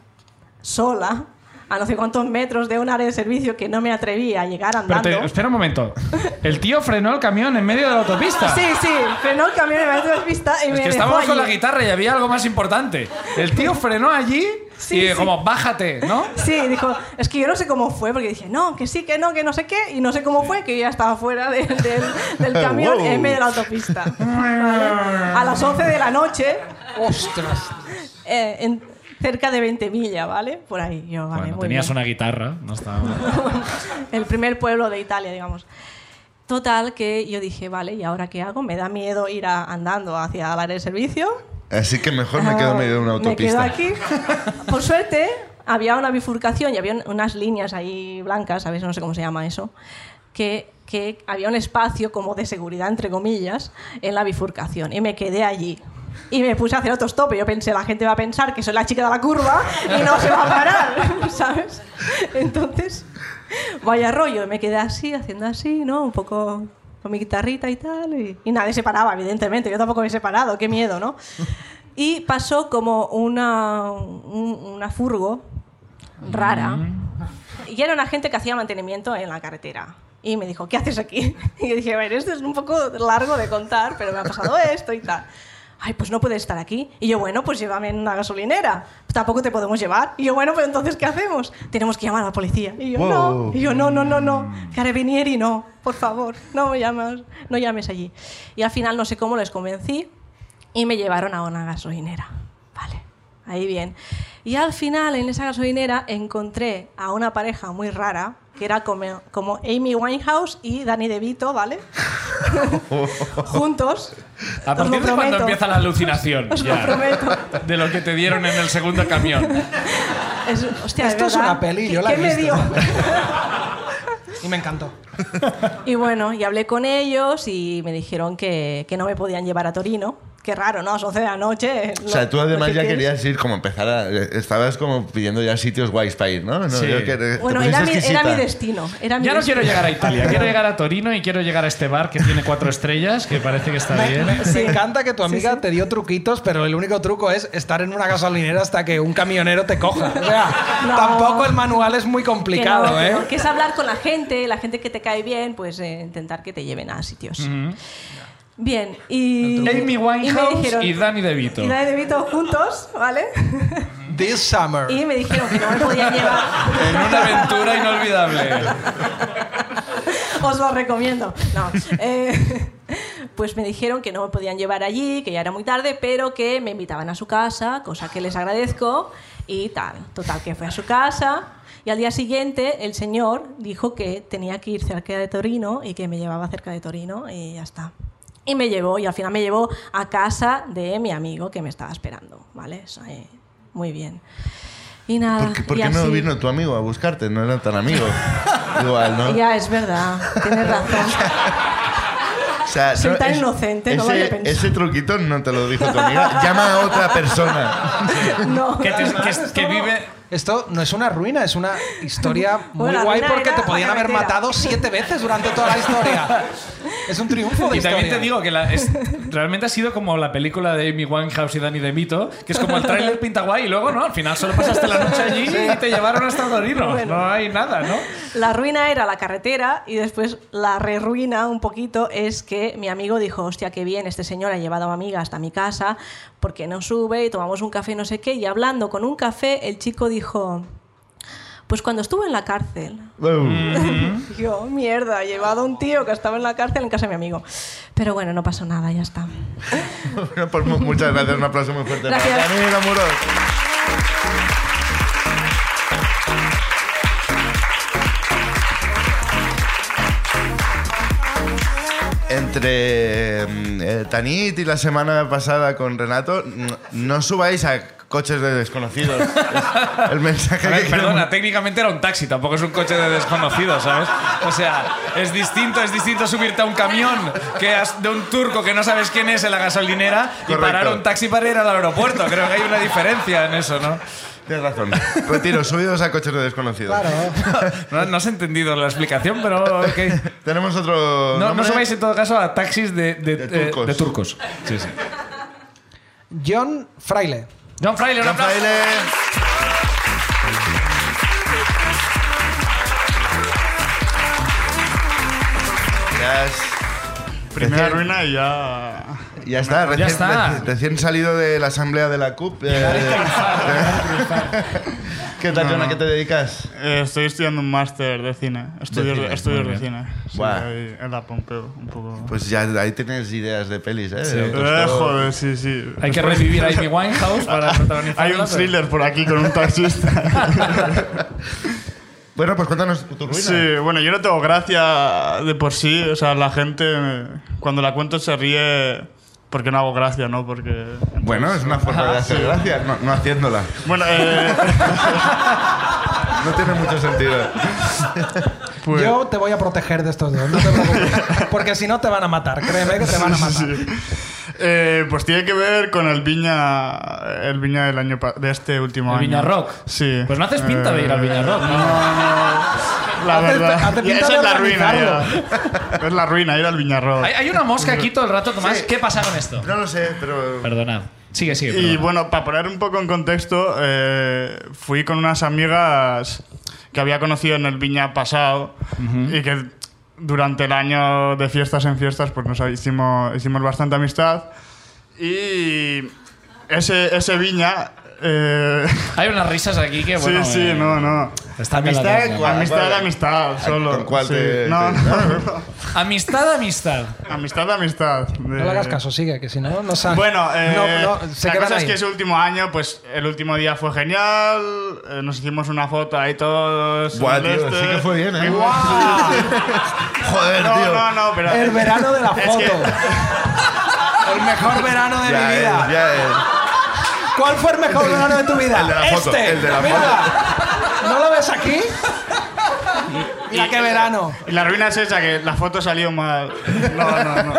sola, a no sé cuántos metros de un área de servicio que no me atrevía a llegar
Pero
andando.
te- espera un momento. El tío frenó el camión en medio de la autopista.
Sí, sí, frenó el camión en medio de la autopista y
Es
me
que
dejó
estábamos con la
allí.
guitarra y había algo más importante. El tío frenó allí
Sí,
y
sí.
como, bájate, ¿no?
Sí, dijo, es que yo no sé cómo fue, porque dije, no, que sí, que no, que no sé qué, y no sé cómo fue, que yo ya estaba fuera de- del- del camión
Wow.
en medio de la autopista. A las 11 de la noche,
Ostras.
eh, en cerca de 20 millas, ¿vale? Por ahí, yo, vale,
bueno,
muy
tenías
bien.
una guitarra, no estaba mal.
el primer pueblo de Italia, digamos. Total, que yo dije, vale, ¿y ahora qué hago? Me da miedo ir a- andando hacia el área de servicio.
Así que mejor me quedo en medio de una
Ah,
autopista.
Me quedo aquí. Por suerte, había una bifurcación y había un- unas líneas ahí blancas, ¿sabéis? No sé cómo se llama eso. Que, que había un espacio como de seguridad, entre comillas, en la bifurcación. Y me quedé allí. Y me puse a hacer autostop. Y yo pensé, la gente va a pensar que soy la chica de la curva y no se va a parar, ¿sabes? Entonces, vaya rollo. Y me quedé así, haciendo así, ¿no? Un poco con mi guitarrita y tal. Y, y nadie se paraba, evidentemente. Yo tampoco me he separado. Qué miedo, ¿no? Y pasó como una, un- una furgo rara. Y era una gente que hacía mantenimiento en la carretera. Y me dijo, ¿qué haces aquí? Y yo dije, a ver, esto es un poco largo de contar, pero me ha pasado esto y tal. Ay, pues no puedes estar aquí. Y yo, bueno, pues llévame en una gasolinera. Tampoco te podemos llevar. Y yo, bueno, pues entonces, ¿qué hacemos? Tenemos que llamar a la policía. Y yo,
Wow.
no. Y yo, no, no, no, no. Carabinieri, no. Por favor, no me llamas, no llames allí. Y al final, no sé cómo les convencí y me llevaron a una gasolinera. Vale, ahí bien. Y al final en esa gasolinera encontré a una pareja muy rara, que era como, como Amy Winehouse y Danny DeVito, ¿vale? Juntos.
A
Os lo
partir de cuando
prometo.
empieza la alucinación,
Os lo
ya,
prometo.
de lo que te dieron en el segundo camión.
Es- hostia, de
Esto es
verdad,
una peli, yo
¿qué-
la he
¿Qué me
visto.
dio?
Y me encantó.
Y bueno, y hablé con ellos y me dijeron que, que no me podían llevar a Torino. Qué raro, ¿no? A las 11 de la noche.
O sea, tú además ya
querías
querías ir como empezar a... eh, Estabas como pidiendo ya sitios guays para ir, ¿no? No,
Sí.
yo que- te pusiste
Bueno, era mi, era
exquisita.
mi destino. Era mi
Ya no
destino.
quiero llegar a Italia, quiero llegar a Torino y quiero llegar a este bar que tiene cuatro estrellas, que parece que está bien.
Me encanta que tu amiga te dio truquitos, pero el único truco es estar en una gasolinera hasta que un camionero te coja. O sea,
No.
tampoco el manual es muy
Que
complicado,
no, que
¿eh?
no, que es hablar con la gente, la gente que te cae bien, pues eh, intentar que te lleven a sitios. Bien, y.
Amy
y me
Winehouse
dijeron-
y Danny DeVito.
y Danny DeVito juntos, ¿vale?
This summer.
Y me dijeron que no me podían llevar.
En una aventura inolvidable.
Os lo recomiendo. No. eh, pues me dijeron que no me podían llevar allí, que ya era muy tarde, pero que me invitaban a su casa, cosa que les agradezco y tal. Total, que fue a su casa. Y al día siguiente el señor dijo que tenía que ir cerca de Torino y que me llevaba cerca de Torino y ya está. Y me llevó, y al final me llevó a casa de mi amigo que me estaba esperando, ¿vale? Eso, eh, muy bien. Y nada.
¿Por qué, por
y
qué no
así-
vino tu amigo a buscarte? No era tan amigo. Igual, ¿no?
Ya, es verdad, tienes razón.
O sea,
Soy tan
es-
inocente,
ese,
no vaya a pensar.
Ese truquito no te lo dijo tu amiga. Llama a otra persona.
No.
Que, te- que- que vive,
Esto no es una ruina, es una historia muy
Bueno, la
guay
ruina
porque
era
te
la
podían haber
carretera.
matado siete veces durante toda la historia. es un triunfo de
Y también
historia.
te digo que la- es- realmente ha sido como la película de Amy Winehouse y Danny DeMito, que es como el tráiler pinta guay y luego no, al final solo pasaste la noche allí y te llevaron hasta Torino.
Bueno.
No hay nada, ¿no?
La ruina era la carretera y después la reruina un poquito es que mi amigo dijo, hostia, qué bien, este señor ha llevado a mi amiga hasta mi casa, porque no sube y tomamos un café, no sé qué, y hablando con un café, el chico dijo, pues cuando estuvo en la cárcel,
Mm.
Y yo, mierda, he llevado a un tío que estaba en la cárcel en casa de mi amigo. Pero bueno, no pasó nada, ya está.
Bueno, pues mu- muchas gracias, un aplauso muy fuerte
Gracias.
para Daniela Muros. Entre mm, eh, Tanit y la semana pasada con Renato, n- no subáis a coches de desconocidos. Es el mensaje
A ver,
que
perdona, técnicamente era un taxi, tampoco es un coche de desconocido, ¿sabes? O sea, es distinto, es distinto subirte a un camión que has- de un turco que no sabes quién es en la gasolinera y
Correcto.
parar un taxi para ir al aeropuerto. Creo que hay una diferencia en eso, ¿no?
Tienes razón. Retiro, subidos a coches de desconocidos.
Claro.
No, no has entendido la explicación, pero ok.
Tenemos otro.
No, no
nombre.
subáis en todo caso a taxis de, de-
De
de-
turcos.
de turcos. Sí, sí.
John Fraile.
John Fraile, un
John
aplauso.
Fraile. Ya, es-
Primera
Recién-
ruina y ya.
ya está, recién,
está.
reci- recién salido de la asamblea de la CUP. eh, ¿Qué tal,
No,
John? ¿A
no.
qué te dedicas?
Eh, estoy estudiando un máster de cine. Estudios de
cine,
cine, estudios
muy
de
bien.
cine. Sí,
Buah.
ahí en la Pompeu, un poco.
Pues ya ahí tienes ideas de pelis, ¿eh?
Sí.
De
Eh,
autostop.
joder, sí, sí.
Hay que
Después-
revivir a Amy Winehouse para protagonizar.
Hay un thriller por aquí con un taxista.
Bueno, pues cuéntanos tu ruina.
Sí, bueno, yo no tengo gracia de por sí. O sea, la gente eh, cuando la cuento se ríe porque no hago gracia, ¿no? Porque.
Bueno, es una forma de hacer gracia, no, no haciéndola.
Bueno, eh,
No tiene mucho sentido.
pues-
Yo te voy a proteger de estos dos, no te preocupes. Porque si no te van a matar, créeme que te van a matar.
Sí, sí. Eh, pues tiene que ver con el Viña, el Viña del año pa- de este último
¿El
año.
Viña Rock?
Sí. Eh,
Pues no haces pinta de ir al Viña Rock, ¿no?
La
Haces-
verdad.
haces pinta
Esa
de
es la ruina
organizarlo.
ya. Es la ruina ir al Viña Rock.
Hay, hay una mosca aquí todo el rato, Tomás. ¿Qué pasa con esto?
No lo sé, pero.
Perdonad. Sigue, sigue.
Y
perdona.
bueno, para poner un poco en contexto, eh, fui con unas amigas que había conocido en el Viña pasado y que durante el año de fiestas en fiestas pues nos hicimos, hicimos bastante amistad y ese, ese Viña... eh,
Hay unas risas aquí que, bueno.
sí, sí,
eh,
no, no.
Está bien
Amistad,
la tecla.
guau.
Amistad,
vale.
amistad, solo.
¿Con cuál
sí.
te-
no,
te-
no, no.
Amistad, amistad.
Amistad, amistad.
No le hagas caso, sigue, que si no, no sale.
Eh, Bueno, eh,
no, no, se
la
quedan
cosa es
ahí.
que ese último año, pues el último día fue genial. eh, nos hicimos una foto ahí todos.
Buah,
en
tío,
el este.
sí que fue bien, ¿eh?
Y guau.
Joder,
No,
tío.
no, no, pero.
El verano de la
Es
foto.
que-
El mejor verano de
Ya
mi
es,
vida.
ya es.
¿Cuál fue el mejor verano de tu vida?
El de la
este.
foto, el de la
Mira. ¿No lo ves aquí? Mira qué verano.
Y la ruina es esa, que la foto salió mal. No, no, no.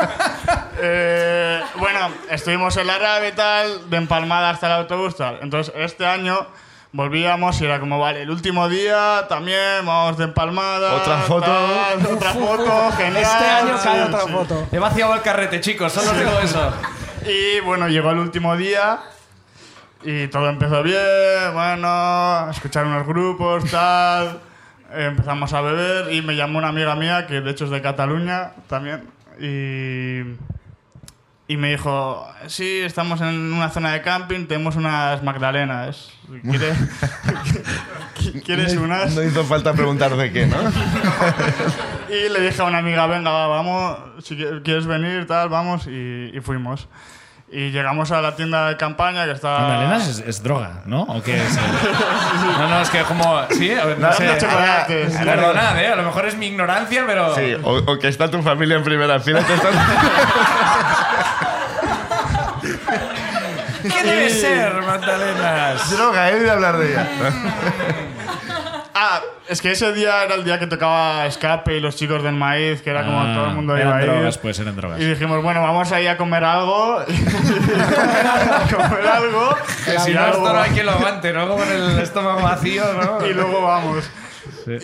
Eh, bueno, estuvimos en la rave y tal, de empalmada hasta el autobús tal. Entonces, este año volvíamos y era como, vale, el último día también, vamos de empalmada.
Otra foto.
tal, otra foto, genial.
Este año
sí,
cae otra
sí.
foto.
He vaciado el carrete, chicos. Solo digo eso.
Y bueno, llegó el último día y todo empezó bien, bueno, escuchar unos grupos, tal. Empezamos a beber y me llamó una amiga mía, que de hecho es de Cataluña también, y, y me dijo, sí, estamos en una zona de camping, tenemos unas magdalenas. ¿Quieres, ¿quieres unas?
No hizo falta preguntar de qué, ¿no?
Y le dije a una amiga, venga, va, vamos, si qui- quieres venir, tal, vamos, y, y fuimos. Y llegamos a la tienda de campaña que está...
Magdalenas es, es droga, ¿no? ¿O qué es? No, no, es que como. Sí, A ver, no
No,
sé.
de chocolates.
Ah, Perdonad, ¿eh? A lo mejor es mi ignorancia, pero.
Sí, o, o que está tu familia en primera fila. Te están...
¿Qué debe ser, Magdalenas?
Droga, he de hablar de ella.
Ah, es que ese día era el día que tocaba Escape y los chicos del maíz, que era como
Ah,
todo el mundo iba
eran
a ir.
drogas, pues, eran drogas.
Y dijimos, bueno, vamos ahí a comer algo. a comer algo.
Que si
y
no,
algo-
esto no hay quien lo aguante, ¿no? Con el estómago vacío, ¿no?
y luego vamos.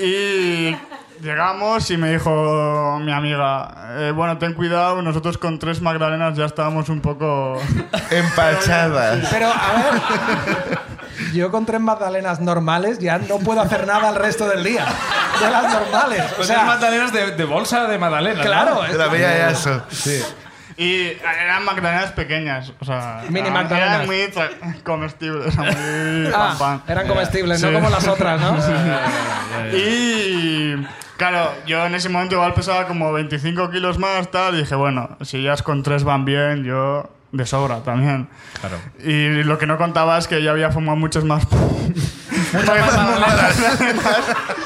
Y llegamos y me dijo mi amiga, eh, bueno, ten cuidado, nosotros con tres magdalenas ya estábamos un poco...
Empachadas.
Pero, a ver, yo con tres magdalenas normales ya no puedo hacer nada el resto del día. De las normales. O
Pues es
sea,
magdalenas de, de bolsa de magdalena.
claro.
¿no?
es-
La veía ya eso.
Y eran magdalenas pequeñas, o sea...
Mini
eran-
magdalenas.
Eran muy tra- comestibles, muy
Ah,
pam, pam.
eran comestibles, no
Sí.
como las otras, ¿no?
Y claro, yo en ese momento igual pesaba como 25 kilos más, tal, y dije, bueno, si ellas con tres van bien, yo de sobra también.
Claro.
Y lo que no contaba es que ya había fumado muchas más.
Muchas magdalenas.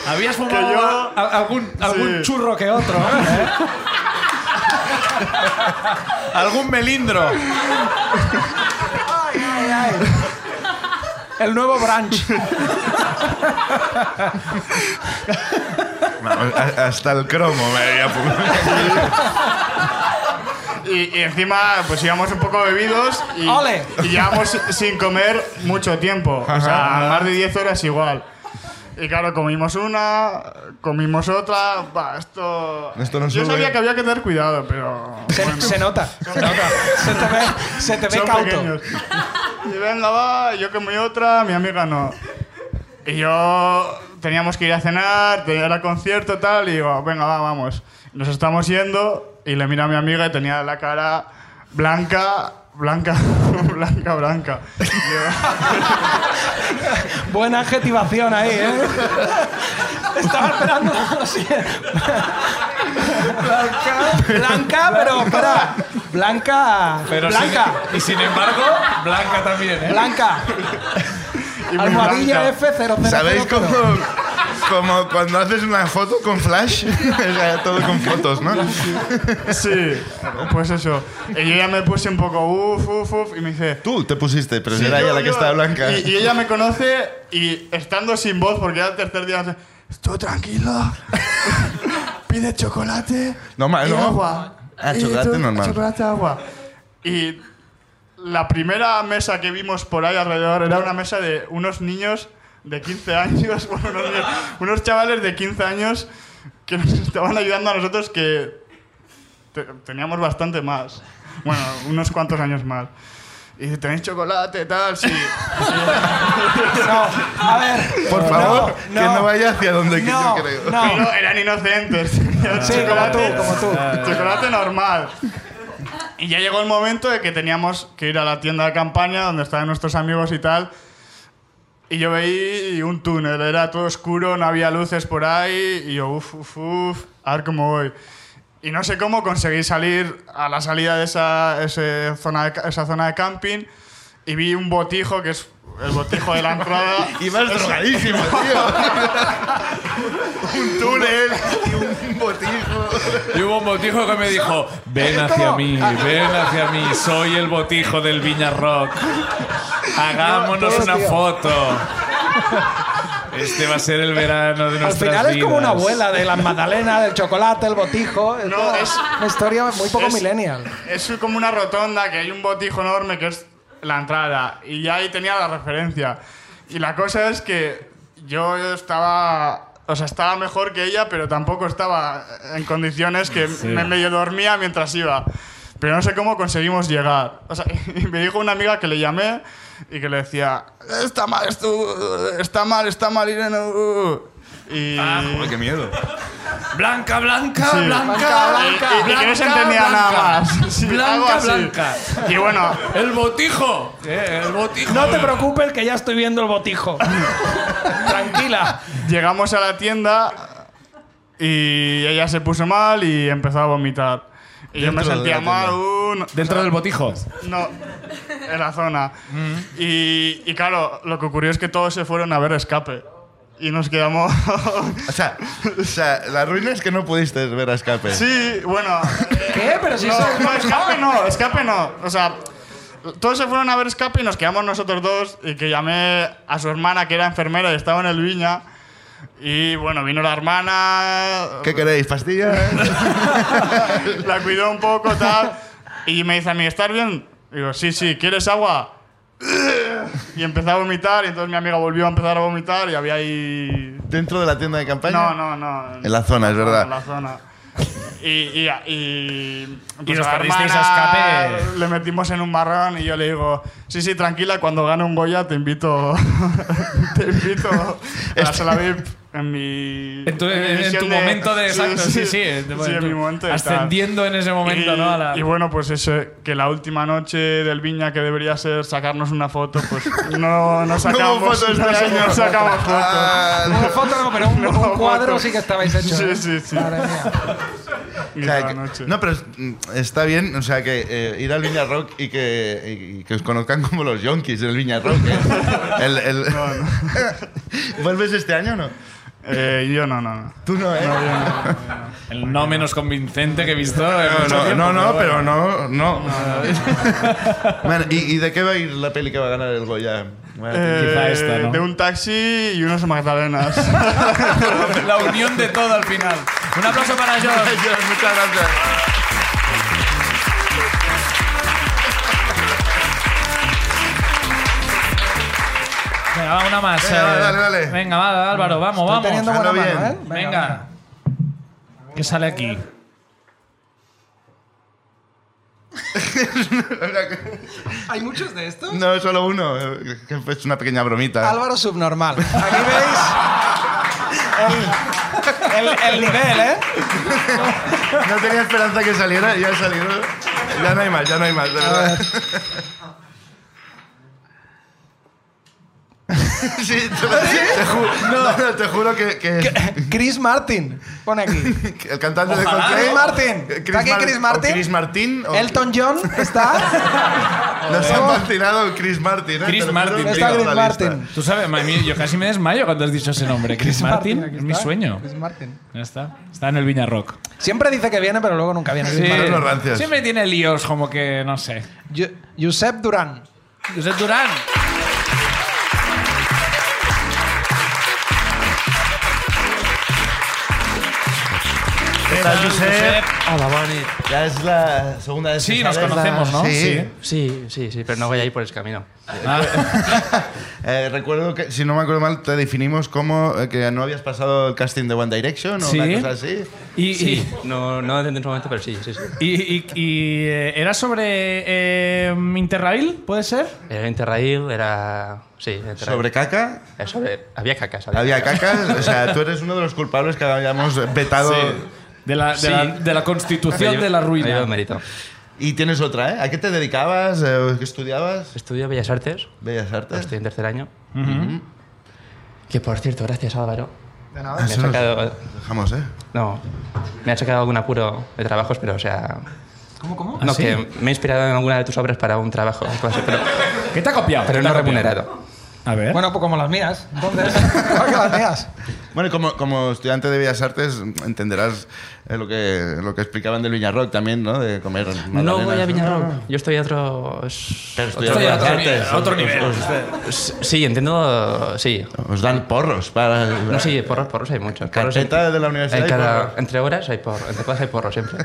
Habías fumado
Que yo-
a- algún, algún
Sí.
churro que otro. ¿eh? algún melindro.
El nuevo branch.
A- Hasta el cromo me había puesto.
y, y encima, pues íbamos un poco bebidos y,
¡Ole!
y llevamos sin comer mucho tiempo. O sea, más de 10 horas igual. Y claro, comimos una, comimos otra. va, esto.
Esto no
Yo
sube.
sabía que había que tener cuidado, pero.
Se,
bueno.
se nota, se nota. Se te ve, se te ve
Son
cauto.
pequeños. Y venga, va, yo comí otra, mi amiga no. Y yo teníamos que ir a cenar, tenía el concierto tal, y digo, venga, va, vamos. Nos estamos yendo, y le miro a mi amiga y tenía la cara blanca, blanca, blanca, blanca. Y yo,
Buena adjetivación ahí, ¿eh? Estaba esperando. sí. Blanca, pero espera. Blanca.
Pero sin- e-,
Blanca.
y sin embargo, Blanca también, ¿eh?
Blanca.
y muy
Almohadilla
blanca.
F00.
¿Sabéis cómo.? Como cuando haces una foto con flash, o sea, todo con fotos, ¿no?
Sí, pues eso. Y yo ya me puse un poco, uff, uff, uff, y me dice,
Tú te pusiste, pero
Sí,
Pues era
yo-
ella la que
yo-
estaba blanca.
Y, y ella me conoce y estando sin voz, porque ya el tercer día me dice, tú tranquilo, pide chocolate
No, ma-
y
no.
agua.
Ah,
Y
chocolate
tú,
normal.
Chocolate, agua. Y la primera mesa que vimos por ahí alrededor era una mesa de unos niños de 15 años, bueno, unos, niños- unos chavales de 15 años que nos estaban ayudando a nosotros que te- teníamos bastante más. Bueno, unos cuantos años más. Y dice, ¿tenéis chocolate, tal? Sí.
No, a ver.
Por favor, que no vaya hacia donde que
No,
yo creo.
no.
Pero eran inocentes. tenían
Sí, como tú, como tú.
Chocolate normal. Y ya llegó el momento de que teníamos que ir a la tienda de campaña donde estaban nuestros amigos y tal. Y yo veí un túnel, era todo oscuro, no había luces por ahí. Y yo, uff, uff, uff, a ver cómo voy. Y no sé cómo conseguí salir a la salida de esa, ese zona, de, ca- esa zona de camping y vi un botijo, que es el botijo de la entrada.
Ibas drogadísimo, tío.
un túnel.
Y un botijo.
Y hubo un botijo que me dijo, ven
¿Cómo?
hacia mí, ven hacia mí, soy el botijo del Viña Rock. Hagámonos
No,
una
tío.
foto. Este va a ser el verano de
Al
nuestras
final es como
vidas".
una abuela de las magdalenas, del chocolate, el botijo. Es
No,
toda
es-
una historia muy poco
es-
millennial.
Es como una rotonda que hay un botijo enorme que es la entrada. Y ya ahí tenía la referencia. Y la cosa es que yo estaba. O sea, estaba mejor que ella, pero tampoco estaba en condiciones que me medio dormía mientras iba. Pero no sé cómo conseguimos llegar. O sea, y me dijo una amiga que le llamé y que le decía: Está mal, esto- está mal, está mal, Irene. uh". Y.
Ah,
Joder, qué miedo.
Blanca, blanca,
Sí.
blanca, blanca.
Y- y- y que no se entendía nada más. Sí, algo
blanca,
así.
blanca.
Y bueno,
El botijo. Eh, el botijo.
No te preocupes que ya estoy viendo el botijo. Tranquila.
Llegamos a la tienda y ella se puso mal y empezó a vomitar. Y yo me
Dentro de
sentía
la
mal.
tienda.
uh, no-
Dentro del botijo.
No, en la zona.
Mm.
Y, y claro, lo que ocurrió es que todos se fueron a ver escape. Y nos quedamos.
O sea, o sea, la ruina es que no pudiste ver a escape.
sí, bueno.
¿Qué? Pero si eso
No, no, escape no, escape no. O sea, todos se fueron a ver escape y nos quedamos nosotros dos. Y que llamé a su hermana, que era enfermera y estaba en el viña. Y bueno, vino la hermana,
¿Qué queréis? eh? ¿Pastillas?
la cuidó un poco, tal. Y me dice a mí, ¿estás bien? Digo, sí, sí, ¿quieres agua? Y empecé a vomitar, y entonces mi amiga volvió a empezar a vomitar, y había ahí.
¿Dentro de la tienda de campaña?
No, no, no.
En la zona, es
En
verdad.
la zona. Y, y, y, pues
os
la
perdisteis a
hermana
escape.
Le metimos en un marrón y yo le digo, sí, sí, tranquila, cuando gane un Goya te invito, te invito a
Este-
la sala VIP en mi...
En tu,
mi
en- en
visión
tu momento de. Exacto, sí, sí. en-
sí,
en
en
tu-
mi momento de tal.
Ascendiendo en ese momento,
y,
¿no? A la-
y bueno, pues eso, que la última noche del Viña que debería ser sacarnos una foto, pues no, no sacamos
foto este
no,
año.
no sacamos fotos.
Ah,
Una foto no, pero un,
No,
Ah. un cuadro
foto.
sí que estabais hecho.
Sí,
¿eh?
sí, sí.
Madre mía.
Ni
O sea,
toda
que-
la noche.
no, pero es- mm, está bien, o sea, que eh, ir al Viña Rock y que, y- y que os conozcan como los yonkis del Viña Rock. ¿eh? El- el- ¿Vuelves este año o no?
Eh, yo no, no, no.
Tú no, ¿eh?
El no menos convincente que he visto. en
No,
mucho
no,
tiempo,
no, no, pero
bueno.
no, no. Man, ¿y, y de qué va a ir la peli que va a ganar el Goya? Bueno,
Quizá esta, ¿no?
Eh, De un taxi y unos magdalenas.
La unión de todo al final. Un aplauso para George.
Muchas gracias.
Venga, va, una más.
Venga, dale,
eh.
dale, dale.
Venga, va, Álvaro, vamos,
Estoy
vamos.
teniendo
ando
buena mano,
bien.
¿eh?
Venga. ¿Qué sale aquí?
Eh.
¿Hay muchos de estos?
No, solo uno. eh, que Es una pequeña bromita.
Álvaro Subnormal. Aquí veis el, el- el nivel, ¿eh?
No tenía esperanza que saliera y ya ha salido. Ya no hay más, ya no hay más, de verdad. ¿Ah, Sí, te, te ju- no, no, te juro que, que-
Chris Martin. Pone aquí.
que el cantante de Coldplay...
Chris Martin. ¿Está aquí
Mar-
Chris
o
Martin?
Chris Martin. o-
Elton John está.
Nos han vacinado Chris Martin. ¿eh?
Chris
Te lo
Martin,
juro
tío.
que
Está
tengo
Chris
la lista.
Martin.
Tú sabes, madre mía, yo casi me desmayo cuando has dicho ese nombre. Chris Martin,
aquí
es mi
está.
sueño.
Chris Martin.
Ya está. Está en el Viña Rock.
Siempre dice que viene, pero luego nunca viene. Chris Martin.
manos no rancias.
Siempre tiene líos, como que no sé.
Yo- Josep Durán.
Josep Durán.
Hola, Josep.
Hola, Bonnie.
Ya es la segunda vez
Sí,
que
nos
sales.
conocemos, ¿no?
Sí.
Sí, sí, sí, pero no voy a ir por ese camino.
Ah.
Eh, recuerdo que, si no me acuerdo mal, te definimos como eh, que no habías pasado el casting de One Direction o
Sí.
una cosa así.
Y,
Sí,
y-
no, no en su momento, pero sí, sí, sí.
y- y- y, eh, era sobre eh, Interrail, ¿puede ser?
Era Interrail, era... Sí, Interrail.
Sobre caca,
Eh, sobre- Había cacas.
había caca. O sea, tú eres uno de los culpables que habíamos vetado.
De la, de
Sí.
la, de la constitución de la
Ahí va el
ruina.
mérito.
Y tienes otra, ¿eh? ¿A qué te dedicabas? Eh, ¿Qué estudiabas?
Estudio Bellas Artes,
Bellas Artes.
estoy en tercer año. Que, por cierto, gracias, Álvaro.
De
Me
nada.
ha
Eso nos-
sacado...
Dejamos, ¿eh?
No, me ha sacado algún apuro de trabajos, pero, o sea...
¿Cómo, cómo?
No,
¿Ah, sí?
que me he inspirado en alguna de tus obras para un trabajo, clase, pero,
¿Qué te ha copiado?
pero
¿Qué te
no
ha copiado?
remunerado.
A ver.
Bueno, pues como las mías. Entonces, igual que las mías.
Bueno, como, como estudiante de Bellas Artes entenderás eh, lo, que, lo que explicaban del Viñarroc también, ¿no? De comer
No
magdalenas,
voy a Viñarroc.
Ah.
No, no.
Yo estoy a otros...
Pero
otro-
estudiar
Estoy a
Bellas
otro nivel,
Artes.
a otro nivel.
Os,
Sí, entiendo... Sí.
os- os dan porros para...
No, sí, porros, porros hay muchos. Porros en-
Carpeta de la universidad
en
y
cada-
porros.
Entre horas hay porros, entre clases hay porros siempre.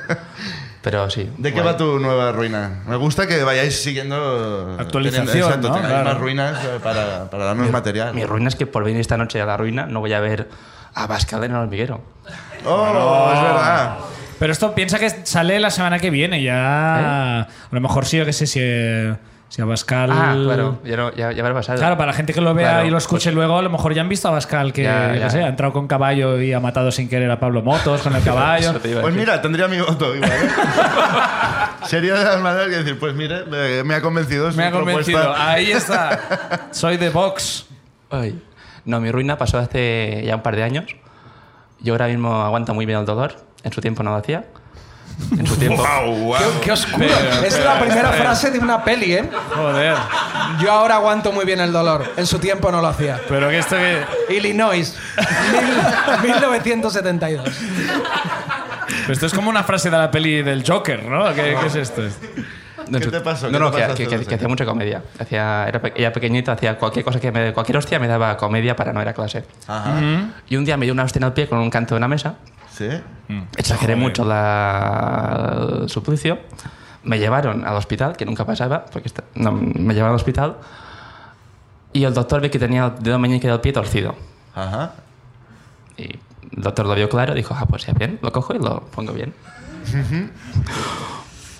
Pero sí.
¿De qué
guay.
va tu nueva ruina? Me gusta que vayáis siguiendo...
Actualización,
teniendo- exacto,
¿no?
tengáis
Claro.
más ruinas eh, para, para darnos material.
Mi ruina es que por venir esta noche a la ruina no voy a ver a Pascal en el hormiguero.
¡Oh, es verdad!
Pero esto piensa que sale la semana que viene, ya. A lo mejor sí, yo que sé si, eh, si a Pascal.
¿Eh? Ah, claro, ya, no, ya, ya habrá pasado.
Claro, para la gente que lo vea
Claro,
y lo escuche luego, a lo mejor ya han visto a Pascal que,
Ya,
yo qué
ya.
sé, ha entrado con caballo y ha matado sin querer a Pablo Motos con el caballo.
Eso te iba a
Pues
decir.
mira, tendría mi voto igual. ¿eh? Sería de las maneras que decir, pues mire, me, me ha convencido su
Me ha convencido.
propuesta.
Ahí está. Soy de Vox.
Ay. No, mi ruina pasó hace ya un par de años. Yo ahora mismo aguanto muy bien el dolor. En su tiempo no lo hacía. En su tiempo.
Qué, qué oscuro.
Pero,
es
pero,
la primera
pero.
frase de una peli, ¿eh?
Joder.
Yo ahora aguanto muy bien el dolor. En su tiempo no lo hacía.
Pero que esto que.
Illinois, mil- 1972.
Pero esto es como una frase de la peli del Joker, ¿no? ¿Qué, qué es esto?
No, en
¿Qué
su-
te pasó?
No,
¿Qué
no,
te
que,
pasó
que-
entonces?
que hacía mucha comedia. Hacía, era pe- ella pequeñita, hacía cualquier cosa que me, cualquier hostia me daba comedia para no ir a clase.
Ajá.
Y un día me dio una hostia en el pie con un canto de una mesa.
¿Sí?
Exageré mucho la, el suplicio. Me llevaron al hospital, que nunca pasaba, porque esta- no, me llevaron al hospital. Y el doctor ve que tenía el dedo meñique del pie torcido.
Ajá.
Y el doctor lo vio claro, dijo, ah, pues ya bien, lo cojo y lo pongo bien.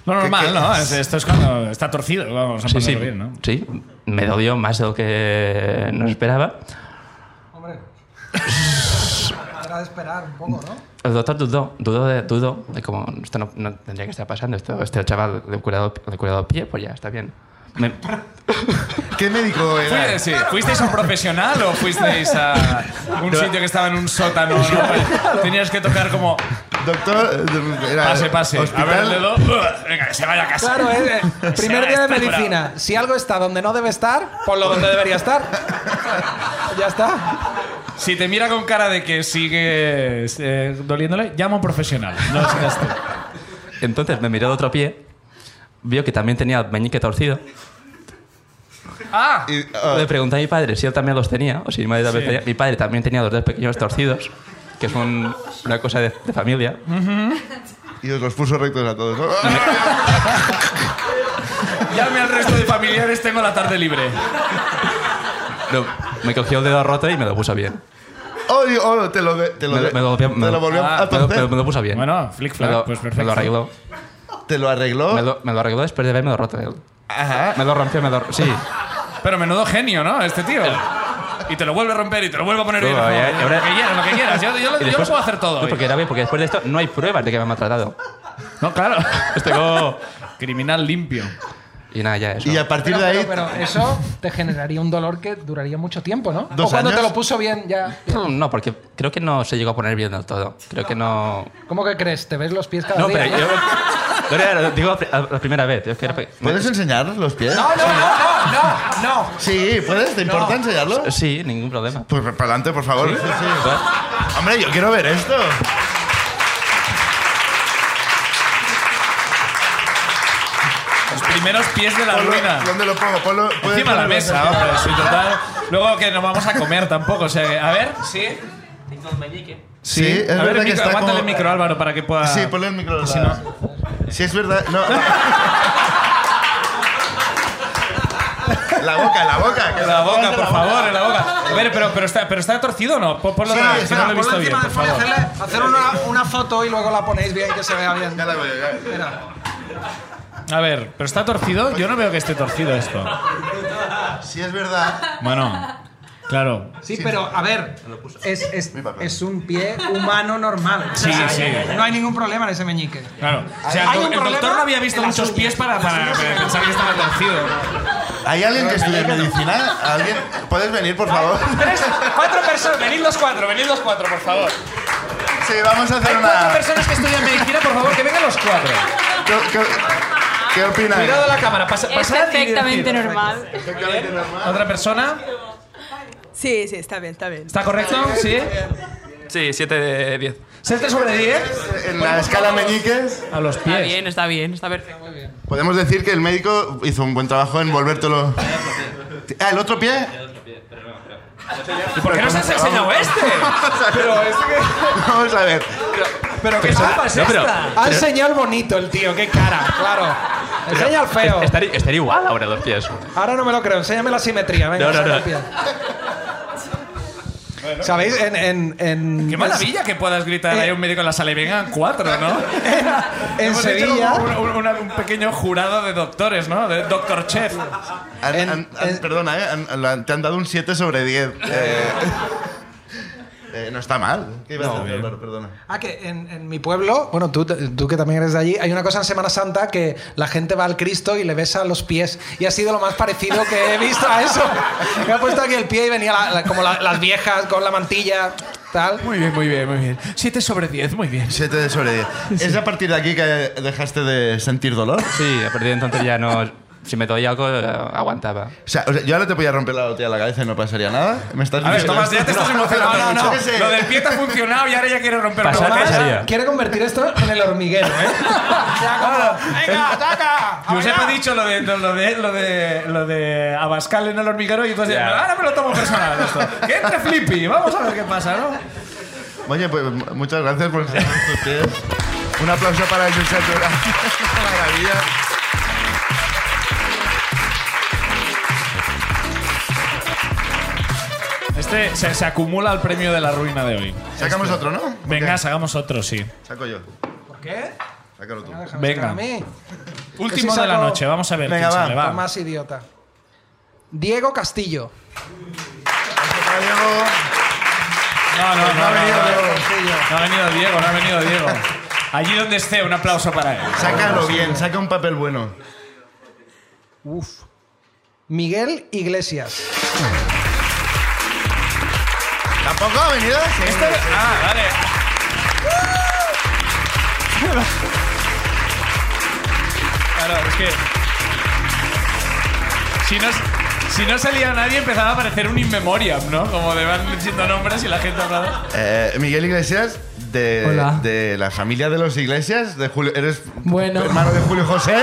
Lo normal,
¿Qué- qué-
¿no? Es- Esto es cuando está torcido, vamos a
Sí,
ponerlo
sí,
bien, ¿no?
sí, me dolió más de lo que no esperaba.
Hombre. Habrá de esperar un poco, ¿no?
El doctor dudó, dudó de, dudó de cómo esto no, no tendría que estar pasando, esto, este chaval le he curado, le he curado el pie, pues ya está bien. Me-
¿Qué médico era?
Fui- sí, ¿Fuisteis a un profesional o fuisteis a un sitio que estaba en un sótano? ¿no? Tenías que tocar como
Doctor, eh, era
pase, pase. A
hospital.
ver el dedo. Ugh, Venga, que se vaya a casa.
Claro, eh, eh, primer
Será
día de
esta,
medicina. Si algo está donde no debe estar, ponlo donde debería estar. Ya está.
Si te mira con cara de que sigue eh, doliéndole, llama a un profesional. No seas tú.
Entonces me miró de otro pie, vio que también tenía el meñique torcido.
Ah,
Y, ah,
Le pregunté a mi padre si él también los tenía, o si mi madre también
Sí.
tenía. Mi padre también tenía los dedos pequeños torcidos, que es un- una cosa de, de familia.
y os los puso rectos a todos. ¿no?
llame al resto de familiares, tengo la tarde libre.
No, me cogió el dedo roto y me lo puso bien.
Oh, y- oh, te lo, de- te lo,
Me lo-
de-
me lo volvió-
te
me
lo
lo-
volvió
Ah,
a
Me lo, me
torcer.
lo- me lo puso bien.
Bueno, flick
me
flack,
lo,
pues
me lo
perfecto.
arregló.
Te lo arregló.
Me lo, me lo arregló después de haberme lo roto él.
Oh. Ajá.
Me lo rompió, me lo... Sí.
Pero menudo genio, ¿no? Este tío. Y te lo vuelve a romper y te lo vuelve a poner
Sí,
bien.
vaya,
No,
y ahora-
Lo que quieras, lo que quieras. Yo, yo lo-
Y
yo lo
después-
puedo hacer todo.
No,
hoy.
porque era bien, porque después de esto no hay pruebas de que me han maltratado.
No, claro. Este
Esto como-
Criminal limpio.
Y nada, ya eso.
Y a partir
Pero,
de ahí.
pero- pero eso te generaría un dolor que duraría mucho tiempo, ¿no?
¿Dos
o cuando
años?
te lo puso bien ya.
No, porque creo que no se llegó a poner bien del todo. Creo que no...
¿Cómo que crees? ¿Te ves los pies cada
No,
día?
pero yo... No, no, no, digo la- la primera vez. Yo es que era pe-
¿Puedes enseñar los pies?
No, no, no, no, no, no.
Sí, ¿puedes? ¿Te importa enseñarlo?
Sí, ningún problema.
Pues para adelante, por favor. Sí, sí. Hombre, yo quiero ver esto.
Los primeros pies de la
Ponlo-
ruina.
¿Dónde lo pongo? Ponlo, puedes
Encima de la
ponerlo
mesa,
aquí.
hombre. Sí, total. Luego que no vamos a comer tampoco. O sea que, a ver, sí.
Sí, es
a ver, el
verdad que
micro,
está
aguántale
como...
el micro, Álvaro, para que pueda.
Sí, ponle el micro.
Si no-
Sí, es verdad. No. la boca, la boca. que
En la boca, por favor, en la boca. A ver, pero, pero, está, pero está torcido o no? Pon- Ponlo
Sí,
otra vez, que
espera,
no lo he visto bien, por favor.
hacer una, una foto y luego la ponéis bien que se vea bien.
Ya la veo, ya la veo.
Mira,
A ver, pero está torcido. Yo no veo que esté torcido esto.
Sí, es verdad.
Bueno, claro.
sí, pero a ver, es, es, es un pie humano normal.
Sí,
O sea,
sí.
No hay ningún problema en ese meñique.
Claro. O sea,
Hay
el,
un
do- el
problema
doctor no había visto
en la
muchos
suya.
pies para, para pensar que estaba torcido.
¿Hay alguien que estudie medicina? ¿Alguien? ¿Puedes venir, por favor?
Tres, cuatro personas. Venid los cuatro, venid los cuatro, por favor.
Sí, vamos a hacer
Cuatro
una...
personas que estudian medicina, por favor, que vengan los cuatro.
¿Qué, qué, qué opinan?
Cuidado la cámara, pasa,
Es
pasad y
perfectamente
decid.
normal.
Otra persona.
Sí, sí, está bien, está bien.
¿Está correcto? Sí.
Sí, 7 de 10.
7 sobre 10.
En la escala meñiques,
A los
Está
pies.
bien, está bien, está perfecto.
podemos decir que el médico hizo un buen trabajo en volvértelo... Ah, ¿el otro pie?
¿Y por qué nos has enseñado este? Pero, este que-
Vamos a ver.
pero qué tapa es
no, pero-
esta.
Ha enseñado el bonito el tío, qué cara, claro. Enseña el feo.
Estar, estar igual ahora los pies.
Ahora no me lo creo, enséñame la simetría. Venga,
No, no,
saca
no.
el pie. ¿Sabéis? En, en, en-
Qué maravilla que puedas gritar hay un médico en la sala y vengan cuatro, ¿no?
En
Hemos hecho
Sevilla.
un, un- un- un pequeño jurado de doctores, ¿no? De doctor chef.
Han-
En-
han- han-
en-
perdona, eh, han- la- te han dado un 7 sobre 10. Eh, eh, no está mal. ¿Qué ibas a hacer, Álvaro? Perdona.
Ah, que en, en mi pueblo, bueno, tú, tú que también eres de allí, hay una cosa en Semana Santa que la gente va al Cristo y le besa los pies. Y ha sido lo más parecido que he visto a eso. Me ha puesto aquí el pie y venía la- la- como la- las viejas con la mantilla, tal.
Muy bien, muy bien, muy bien. 7 sobre 10, muy bien.
7 sobre 10. ¿Es a partir de aquí que dejaste de sentir dolor?
Sí, a partir de entonces ya no. si me doy algo, eh, aguantaba.
O sea, o sea, yo ahora te voy a romper la botella en la cabeza y no pasaría nada. ¿Me estás
A ver,
diciendo
Tomás, ya te
esto?
estás emocionando.
no, no.
mucho. Lo del pie te ha funcionado y ahora ya quieres romper
Pasar
una
de
botella.
Pasaría.
Quiere convertir esto en el hormiguero, ¿eh? Ah. Ya como, ¡Venga, ataca! a
Josep
bailar".
ha dicho lo de, lo, de, lo, de, lo de Abascal en el hormiguero y entonces
Ya.
ahora me lo tomo personal esto. Que entre Flippy, vamos a ver qué pasa, ¿no?
Oye, pues m- muchas gracias por enseñarnos tus pies. Un aplauso para Josep Durán. Maravilla.
Este se, se acumula el premio de la ruina de hoy.
Sacamos otro, ¿no?
Venga,
Ok,
hagamos otro, sí.
Saco yo.
¿Por qué?
Sácalo tú.
Déjame
Venga. Ah.
sacar a mí.
Último
sí
de la
saco-
noche, vamos a ver
Venga,
quién
va,
sale, va.
Más idiota. Diego Castillo.
Para Diego.
No, no, no,
Pues ha
no,
venido
no,
Diego.
No ha venido Diego, no ha venido Diego. Allí donde esté, un aplauso para él.
Sácalo bien, saca un papel bueno.
Uf. Miguel Iglesias.
¿Tampoco ha venido? Este- Sí.
Ah, vale. Claro, es que. Si no, si no salía nadie, empezaba a aparecer un in memoriam, ¿no? Como de van diciendo nombres y la gente hablaba.
Eh, Miguel Iglesias, de,
Hola.
de la familia de los Iglesias. De Julio, ¿Eres
Bueno.
hermano de Julio José?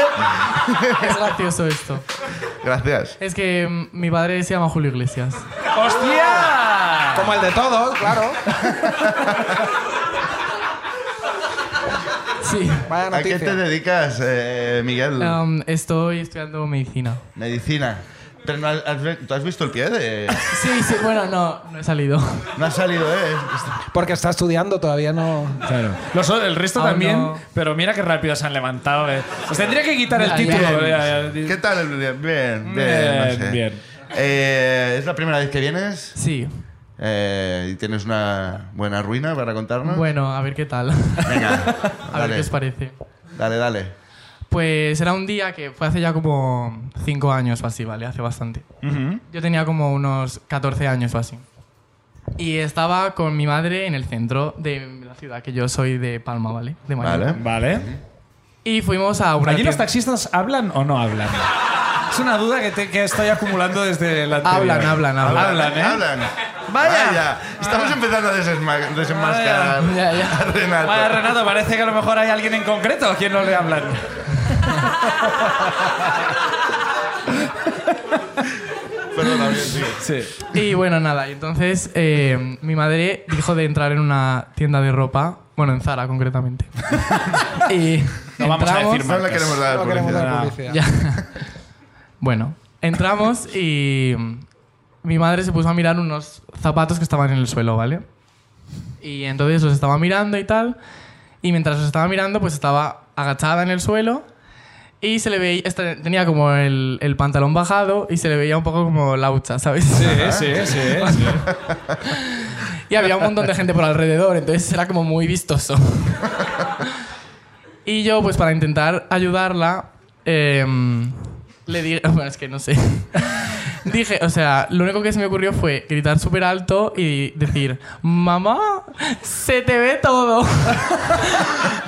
Es gracioso esto.
Gracias.
Es que mm, mi padre se llama Julio Iglesias.
¡Hostia!
Como el de todos, claro.
Sí.
Vaya
¿A qué te
noticia.
dedicas, eh, Miguel?
Em, estoy estudiando medicina.
Medicina. Pero no has- has, ve- ¿Tú has visto el pie? De...
Sí, sí, bueno, no, no he salido.
No ha salido, ¿eh?
Porque está estudiando, todavía no.
Claro. Los o- el resto
Ah,
también,
no.
pero mira qué rápido se han levantado. eh. Os tendría que quitar el
Ya,
título. eh, eh,
¿Qué tal? el día? Bien, bien.
Bien,
no sé.
bien.
Eh, ¿Es la primera vez que vienes?
Sí.
Eh, ¿Y tienes una buena ruina para contarnos?
Bueno, a ver qué tal.
Venga,
A ver qué
dale,
os parece.
dale, dale.
Pues era un día que fue hace ya como 5 años o así, ¿vale? Hace bastante. Yo tenía como unos 14 años o así. Y estaba con mi madre en el centro de la ciudad, que yo soy de Palma, ¿vale? De Mallorca.
Vale.
Vale.
Y fuimos a una
¿Allí los
tienda-
taxistas hablan o no hablan? Es una duda que, te- que estoy acumulando desde la anterior.
Hablan, hablan, hablan.
Hablan, ¿eh?
Hablan.
Vaya.
Estamos empezando a desesma- desenmascarar
Ya, ya.
a Renato.
Vaya, Renato, parece que a lo mejor hay alguien en concreto a quien no le hablan.
Perdona, bien, sí.
Sí.
Y bueno, nada, y entonces eh, mi madre dijo de entrar en una tienda de ropa, bueno, en Zara concretamente. y
No vamos a
entramos-
decir
No le queremos dar
No queremos
publicidad.
dar
no.
publicidad.
Ya. bueno, entramos y mm, mi madre se puso a mirar unos zapatos que estaban en el suelo, ¿vale? Y entonces los estaba mirando y tal. Y mientras los estaba mirando, pues estaba agachada en el suelo. Y se le veía, esta- tenía como el, el pantalón bajado y se le veía un poco como la hucha, ¿sabes?
Sí, Ah, sí, sí, sí.
Y había un montón de gente por alrededor, entonces era como muy vistoso. y yo, pues para intentar ayudarla, em, le dije, bueno, es que no sé. dije, o sea, lo único que se me ocurrió fue gritar súper alto y decir, mamá, se te ve todo.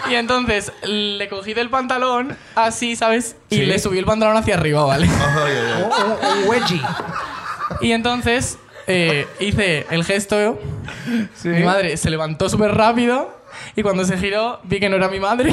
y entonces le cogí del pantalón, así, ¿sabes? Y
Sí.
le subí el pantalón hacia arriba, ¿vale?
Ay, ay, ay.
Un, un- un wedgie.
Y entonces eh, hice el gesto. Mi madre se levantó súper rápido y cuando se giró vi que no era mi madre.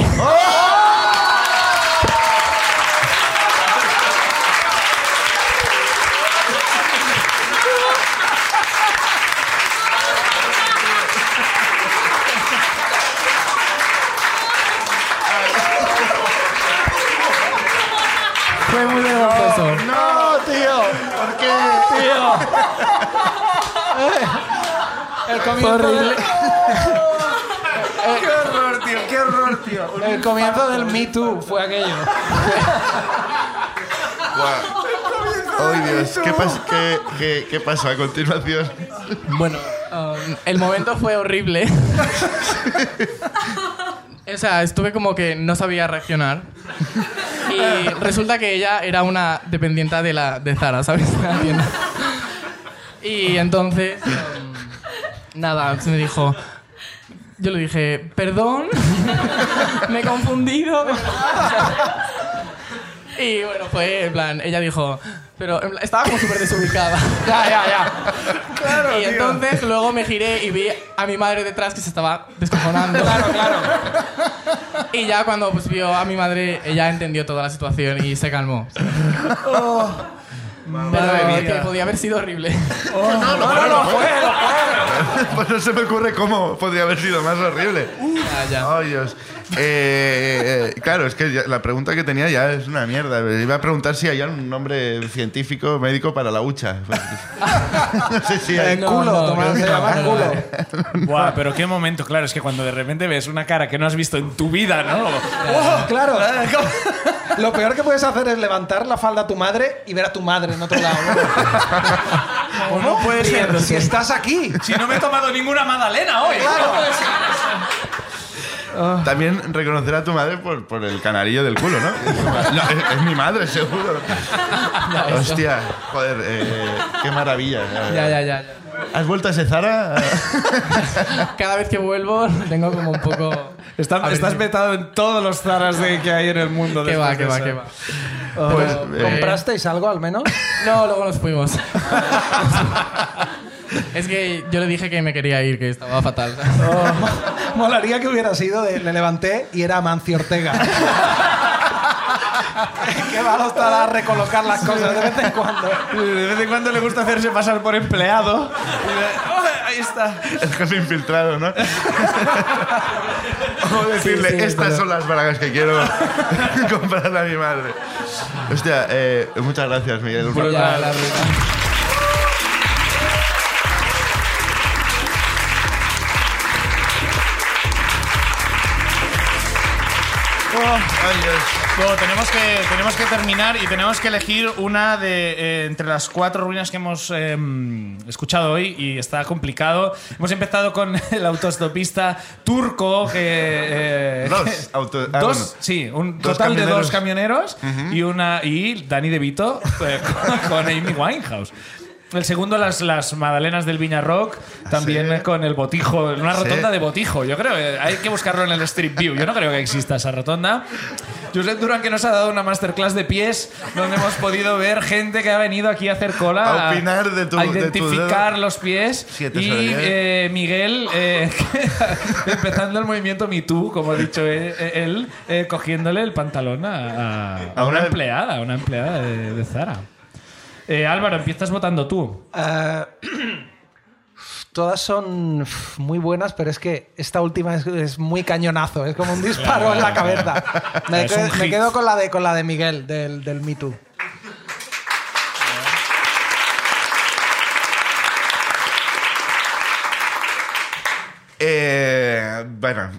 Fue muy vergonzoso.
No, tío. ¿Por qué?
El
Fue
comienzo,
horrible.
Qué horror, tío, qué horror, tío.
del- el comienzo del Me Too fue aquello.
Guau. Ay, Dios. ¿Qué, pas- qué, qué, qué pasó a continuación?
Bueno, um, el momento fue horrible. o sea, estuve como que no sabía reaccionar. Y resulta que ella era una dependienta de, la, de Zara, ¿sabes? De la tienda. Y entonces, um, nada, se me dijo... Yo le dije, perdón, me he confundido. Y bueno, fue en plan, ella dijo, pero en plan, estaba como súper desubicada. ya, ya, ya. Claro. Y entonces luego me giré y vi a mi madre detrás que se estaba descojonando. claro, claro. Y ya cuando pues, vio a mi madre, ella entendió toda la situación y se calmó. Oh. pero
mía.
que podía haber sido horrible.
No, no, no, Pues no se me ocurre cómo podría haber sido más horrible.
Ya, ya.
Oh, Dios. Eh, eh, claro, es que ya- la pregunta que tenía ya es una mierda. Iba a preguntar si hay un nombre científico, médico para la hucha. no sé si hay.
Eh, culo,
no,
Tomás,
no,
se
no,
llama
no,
culo.
no.
Buah, pero qué momento, claro, es que cuando de repente ves una cara que no has visto en tu vida, ¿no?
¡Oh, claro! Lo peor que puedes hacer es levantar la falda a tu madre y ver a tu madre en otro lado.
O no puede ser.
si estás aquí.
Si no me he tomado ninguna magdalena hoy.
También reconocer a tu madre por, por el canarillo del culo, ¿no? No, es, es mi madre, seguro. Hostia, joder, eh, qué maravilla.
Ya, ya, ya, ya.
¿Has vuelto a ese Zara?
Cada vez que vuelvo tengo como un poco...
Está-
A ver,
estás
sí.
vetado en todos los zaras de- que hay en el mundo.
Que va,
después
que
de
va,
eso.
que va.
Pues,
Pero-
eh,
¿Comprasteis algo al menos?
No, luego nos fuimos. es que yo le dije que me quería ir, que estaba fatal.
Molaría que hubiera sido de le levanté y era Mancio Ortega. que va a los taras a recolocar las cosas de vez en cuando.
De vez en cuando le gusta hacerse pasar por empleado. Y de- "Hola, ahí está.
Es que soy infiltrado, ¿no? o decirle,
Sí, sí,
estas
pero-
son las bragas que quiero comprar a mi madre. Hostia, eh, muchas gracias, Miguel. Un
Pero ya,
placer.
la verdad.
Oh.
Ay, Dios.
Bueno, tenemos que, tenemos que terminar y tenemos que elegir una de eh, entre las cuatro ruinas que hemos eh, escuchado hoy y está complicado. Hemos empezado con el autostopista turco que... eh,
Dos auto- ah,
dos,
bueno.
sí, un
Dos
total de dos camioneros
camioneros.
y, una, y Danny DeVito eh, con, con Amy Winehouse. El segundo, las, las Madalenas del Viña Rock, también
Sí.
eh, con el botijo, en una
Sí.
rotonda de botijo. Yo creo, eh, hay que buscarlo en el Street View. Yo no creo que exista esa rotonda. Josep Durán, que nos ha dado una masterclass de pies, donde hemos podido ver gente que ha venido aquí a hacer cola.
A opinar de tu-
a
de tu
identificar
dedo.
los pies.
Siete
y
sobre diez.
eh, Miguel, eh, empezando el movimiento Me Too, como ha dicho él, él, eh, cogiéndole el pantalón a, a- a
A
una
una-
empleada, a una empleada de, de Zara. Eh, Álvaro, empiezas votando tú.
Eh, todas son uf, muy buenas, pero es que esta última es, es muy cañonazo. Es como un disparo en la cabeza. Me,
Es un
que- me
hit.
quedo con la de, con la de Miguel, del, del Me Too.
Eh, bueno,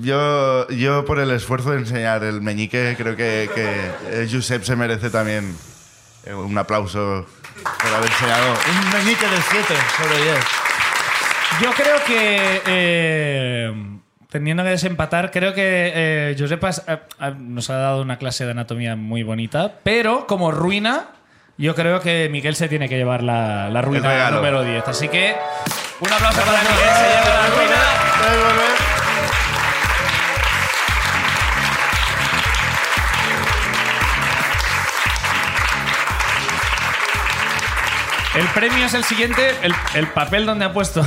yo, yo por el esfuerzo de enseñar el meñique creo que, que eh, Josep se merece también eh, un aplauso por haber enseñado un meñique de 7 sobre 10.
Yo creo que. eh, teniendo que desempatar, creo que eh, Josep has- ha- ha- nos ha dado una clase de anatomía muy bonita, pero como ruina, yo creo que Miguel se tiene que llevar la, la ruina
regalo.
número 10. Así que. Un aplauso para Miguel, se lleva la ruina.
Puedes volver.
El premio es el siguiente, el, el papel donde ha puesto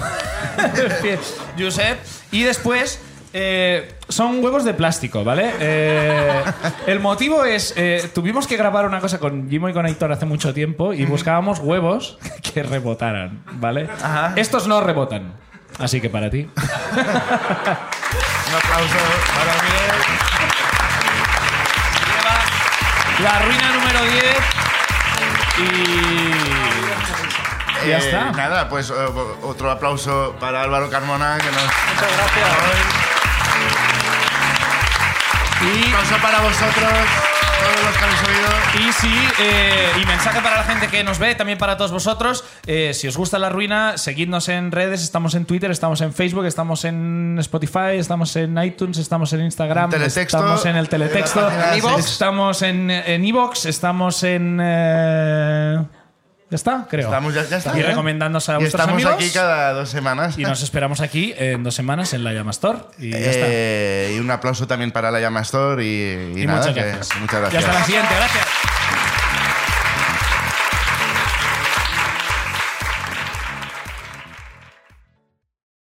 el pie Josep. Y después eh, son huevos de plástico, ¿vale? Eh, el motivo es, eh, tuvimos que grabar una cosa con Jimo y con Héctor hace mucho tiempo y buscábamos huevos que rebotaran, ¿vale? Estos no rebotan. Así que para ti.
Un aplauso para Miguel.
La ruina número 10. Y... Y ya
Eh,
está.
Nada, pues eh, otro aplauso para Álvaro Carmona que nos.
Muchas gracias.
y
Aplauso para vosotros, todos los que habéis oído.
Y sí, eh, y mensaje para la gente que nos ve, también para todos vosotros. eh, si os gusta La Ruina, seguidnos en redes. Estamos en Twitter, estamos en Facebook, estamos en Spotify, estamos en iTunes, estamos en Instagram,
Teletexto.
estamos en el teletexto,
En la página
de-
estamos en en Evox, estamos en... eh, Ya está, creo.
Estamos ya, ya está.
y
¿eh?
recomendándose a
Y
vuestros
estamos
amigos.
aquí cada dos semanas.
Y nos esperamos aquí en dos semanas en la Llama Store. Y ya
Eh, y un aplauso también para la Llama Store y,
está.
y
Y
nada,
muchas
que-
gracias.
muchas
Y
gracias.
hasta la siguiente. Gracias.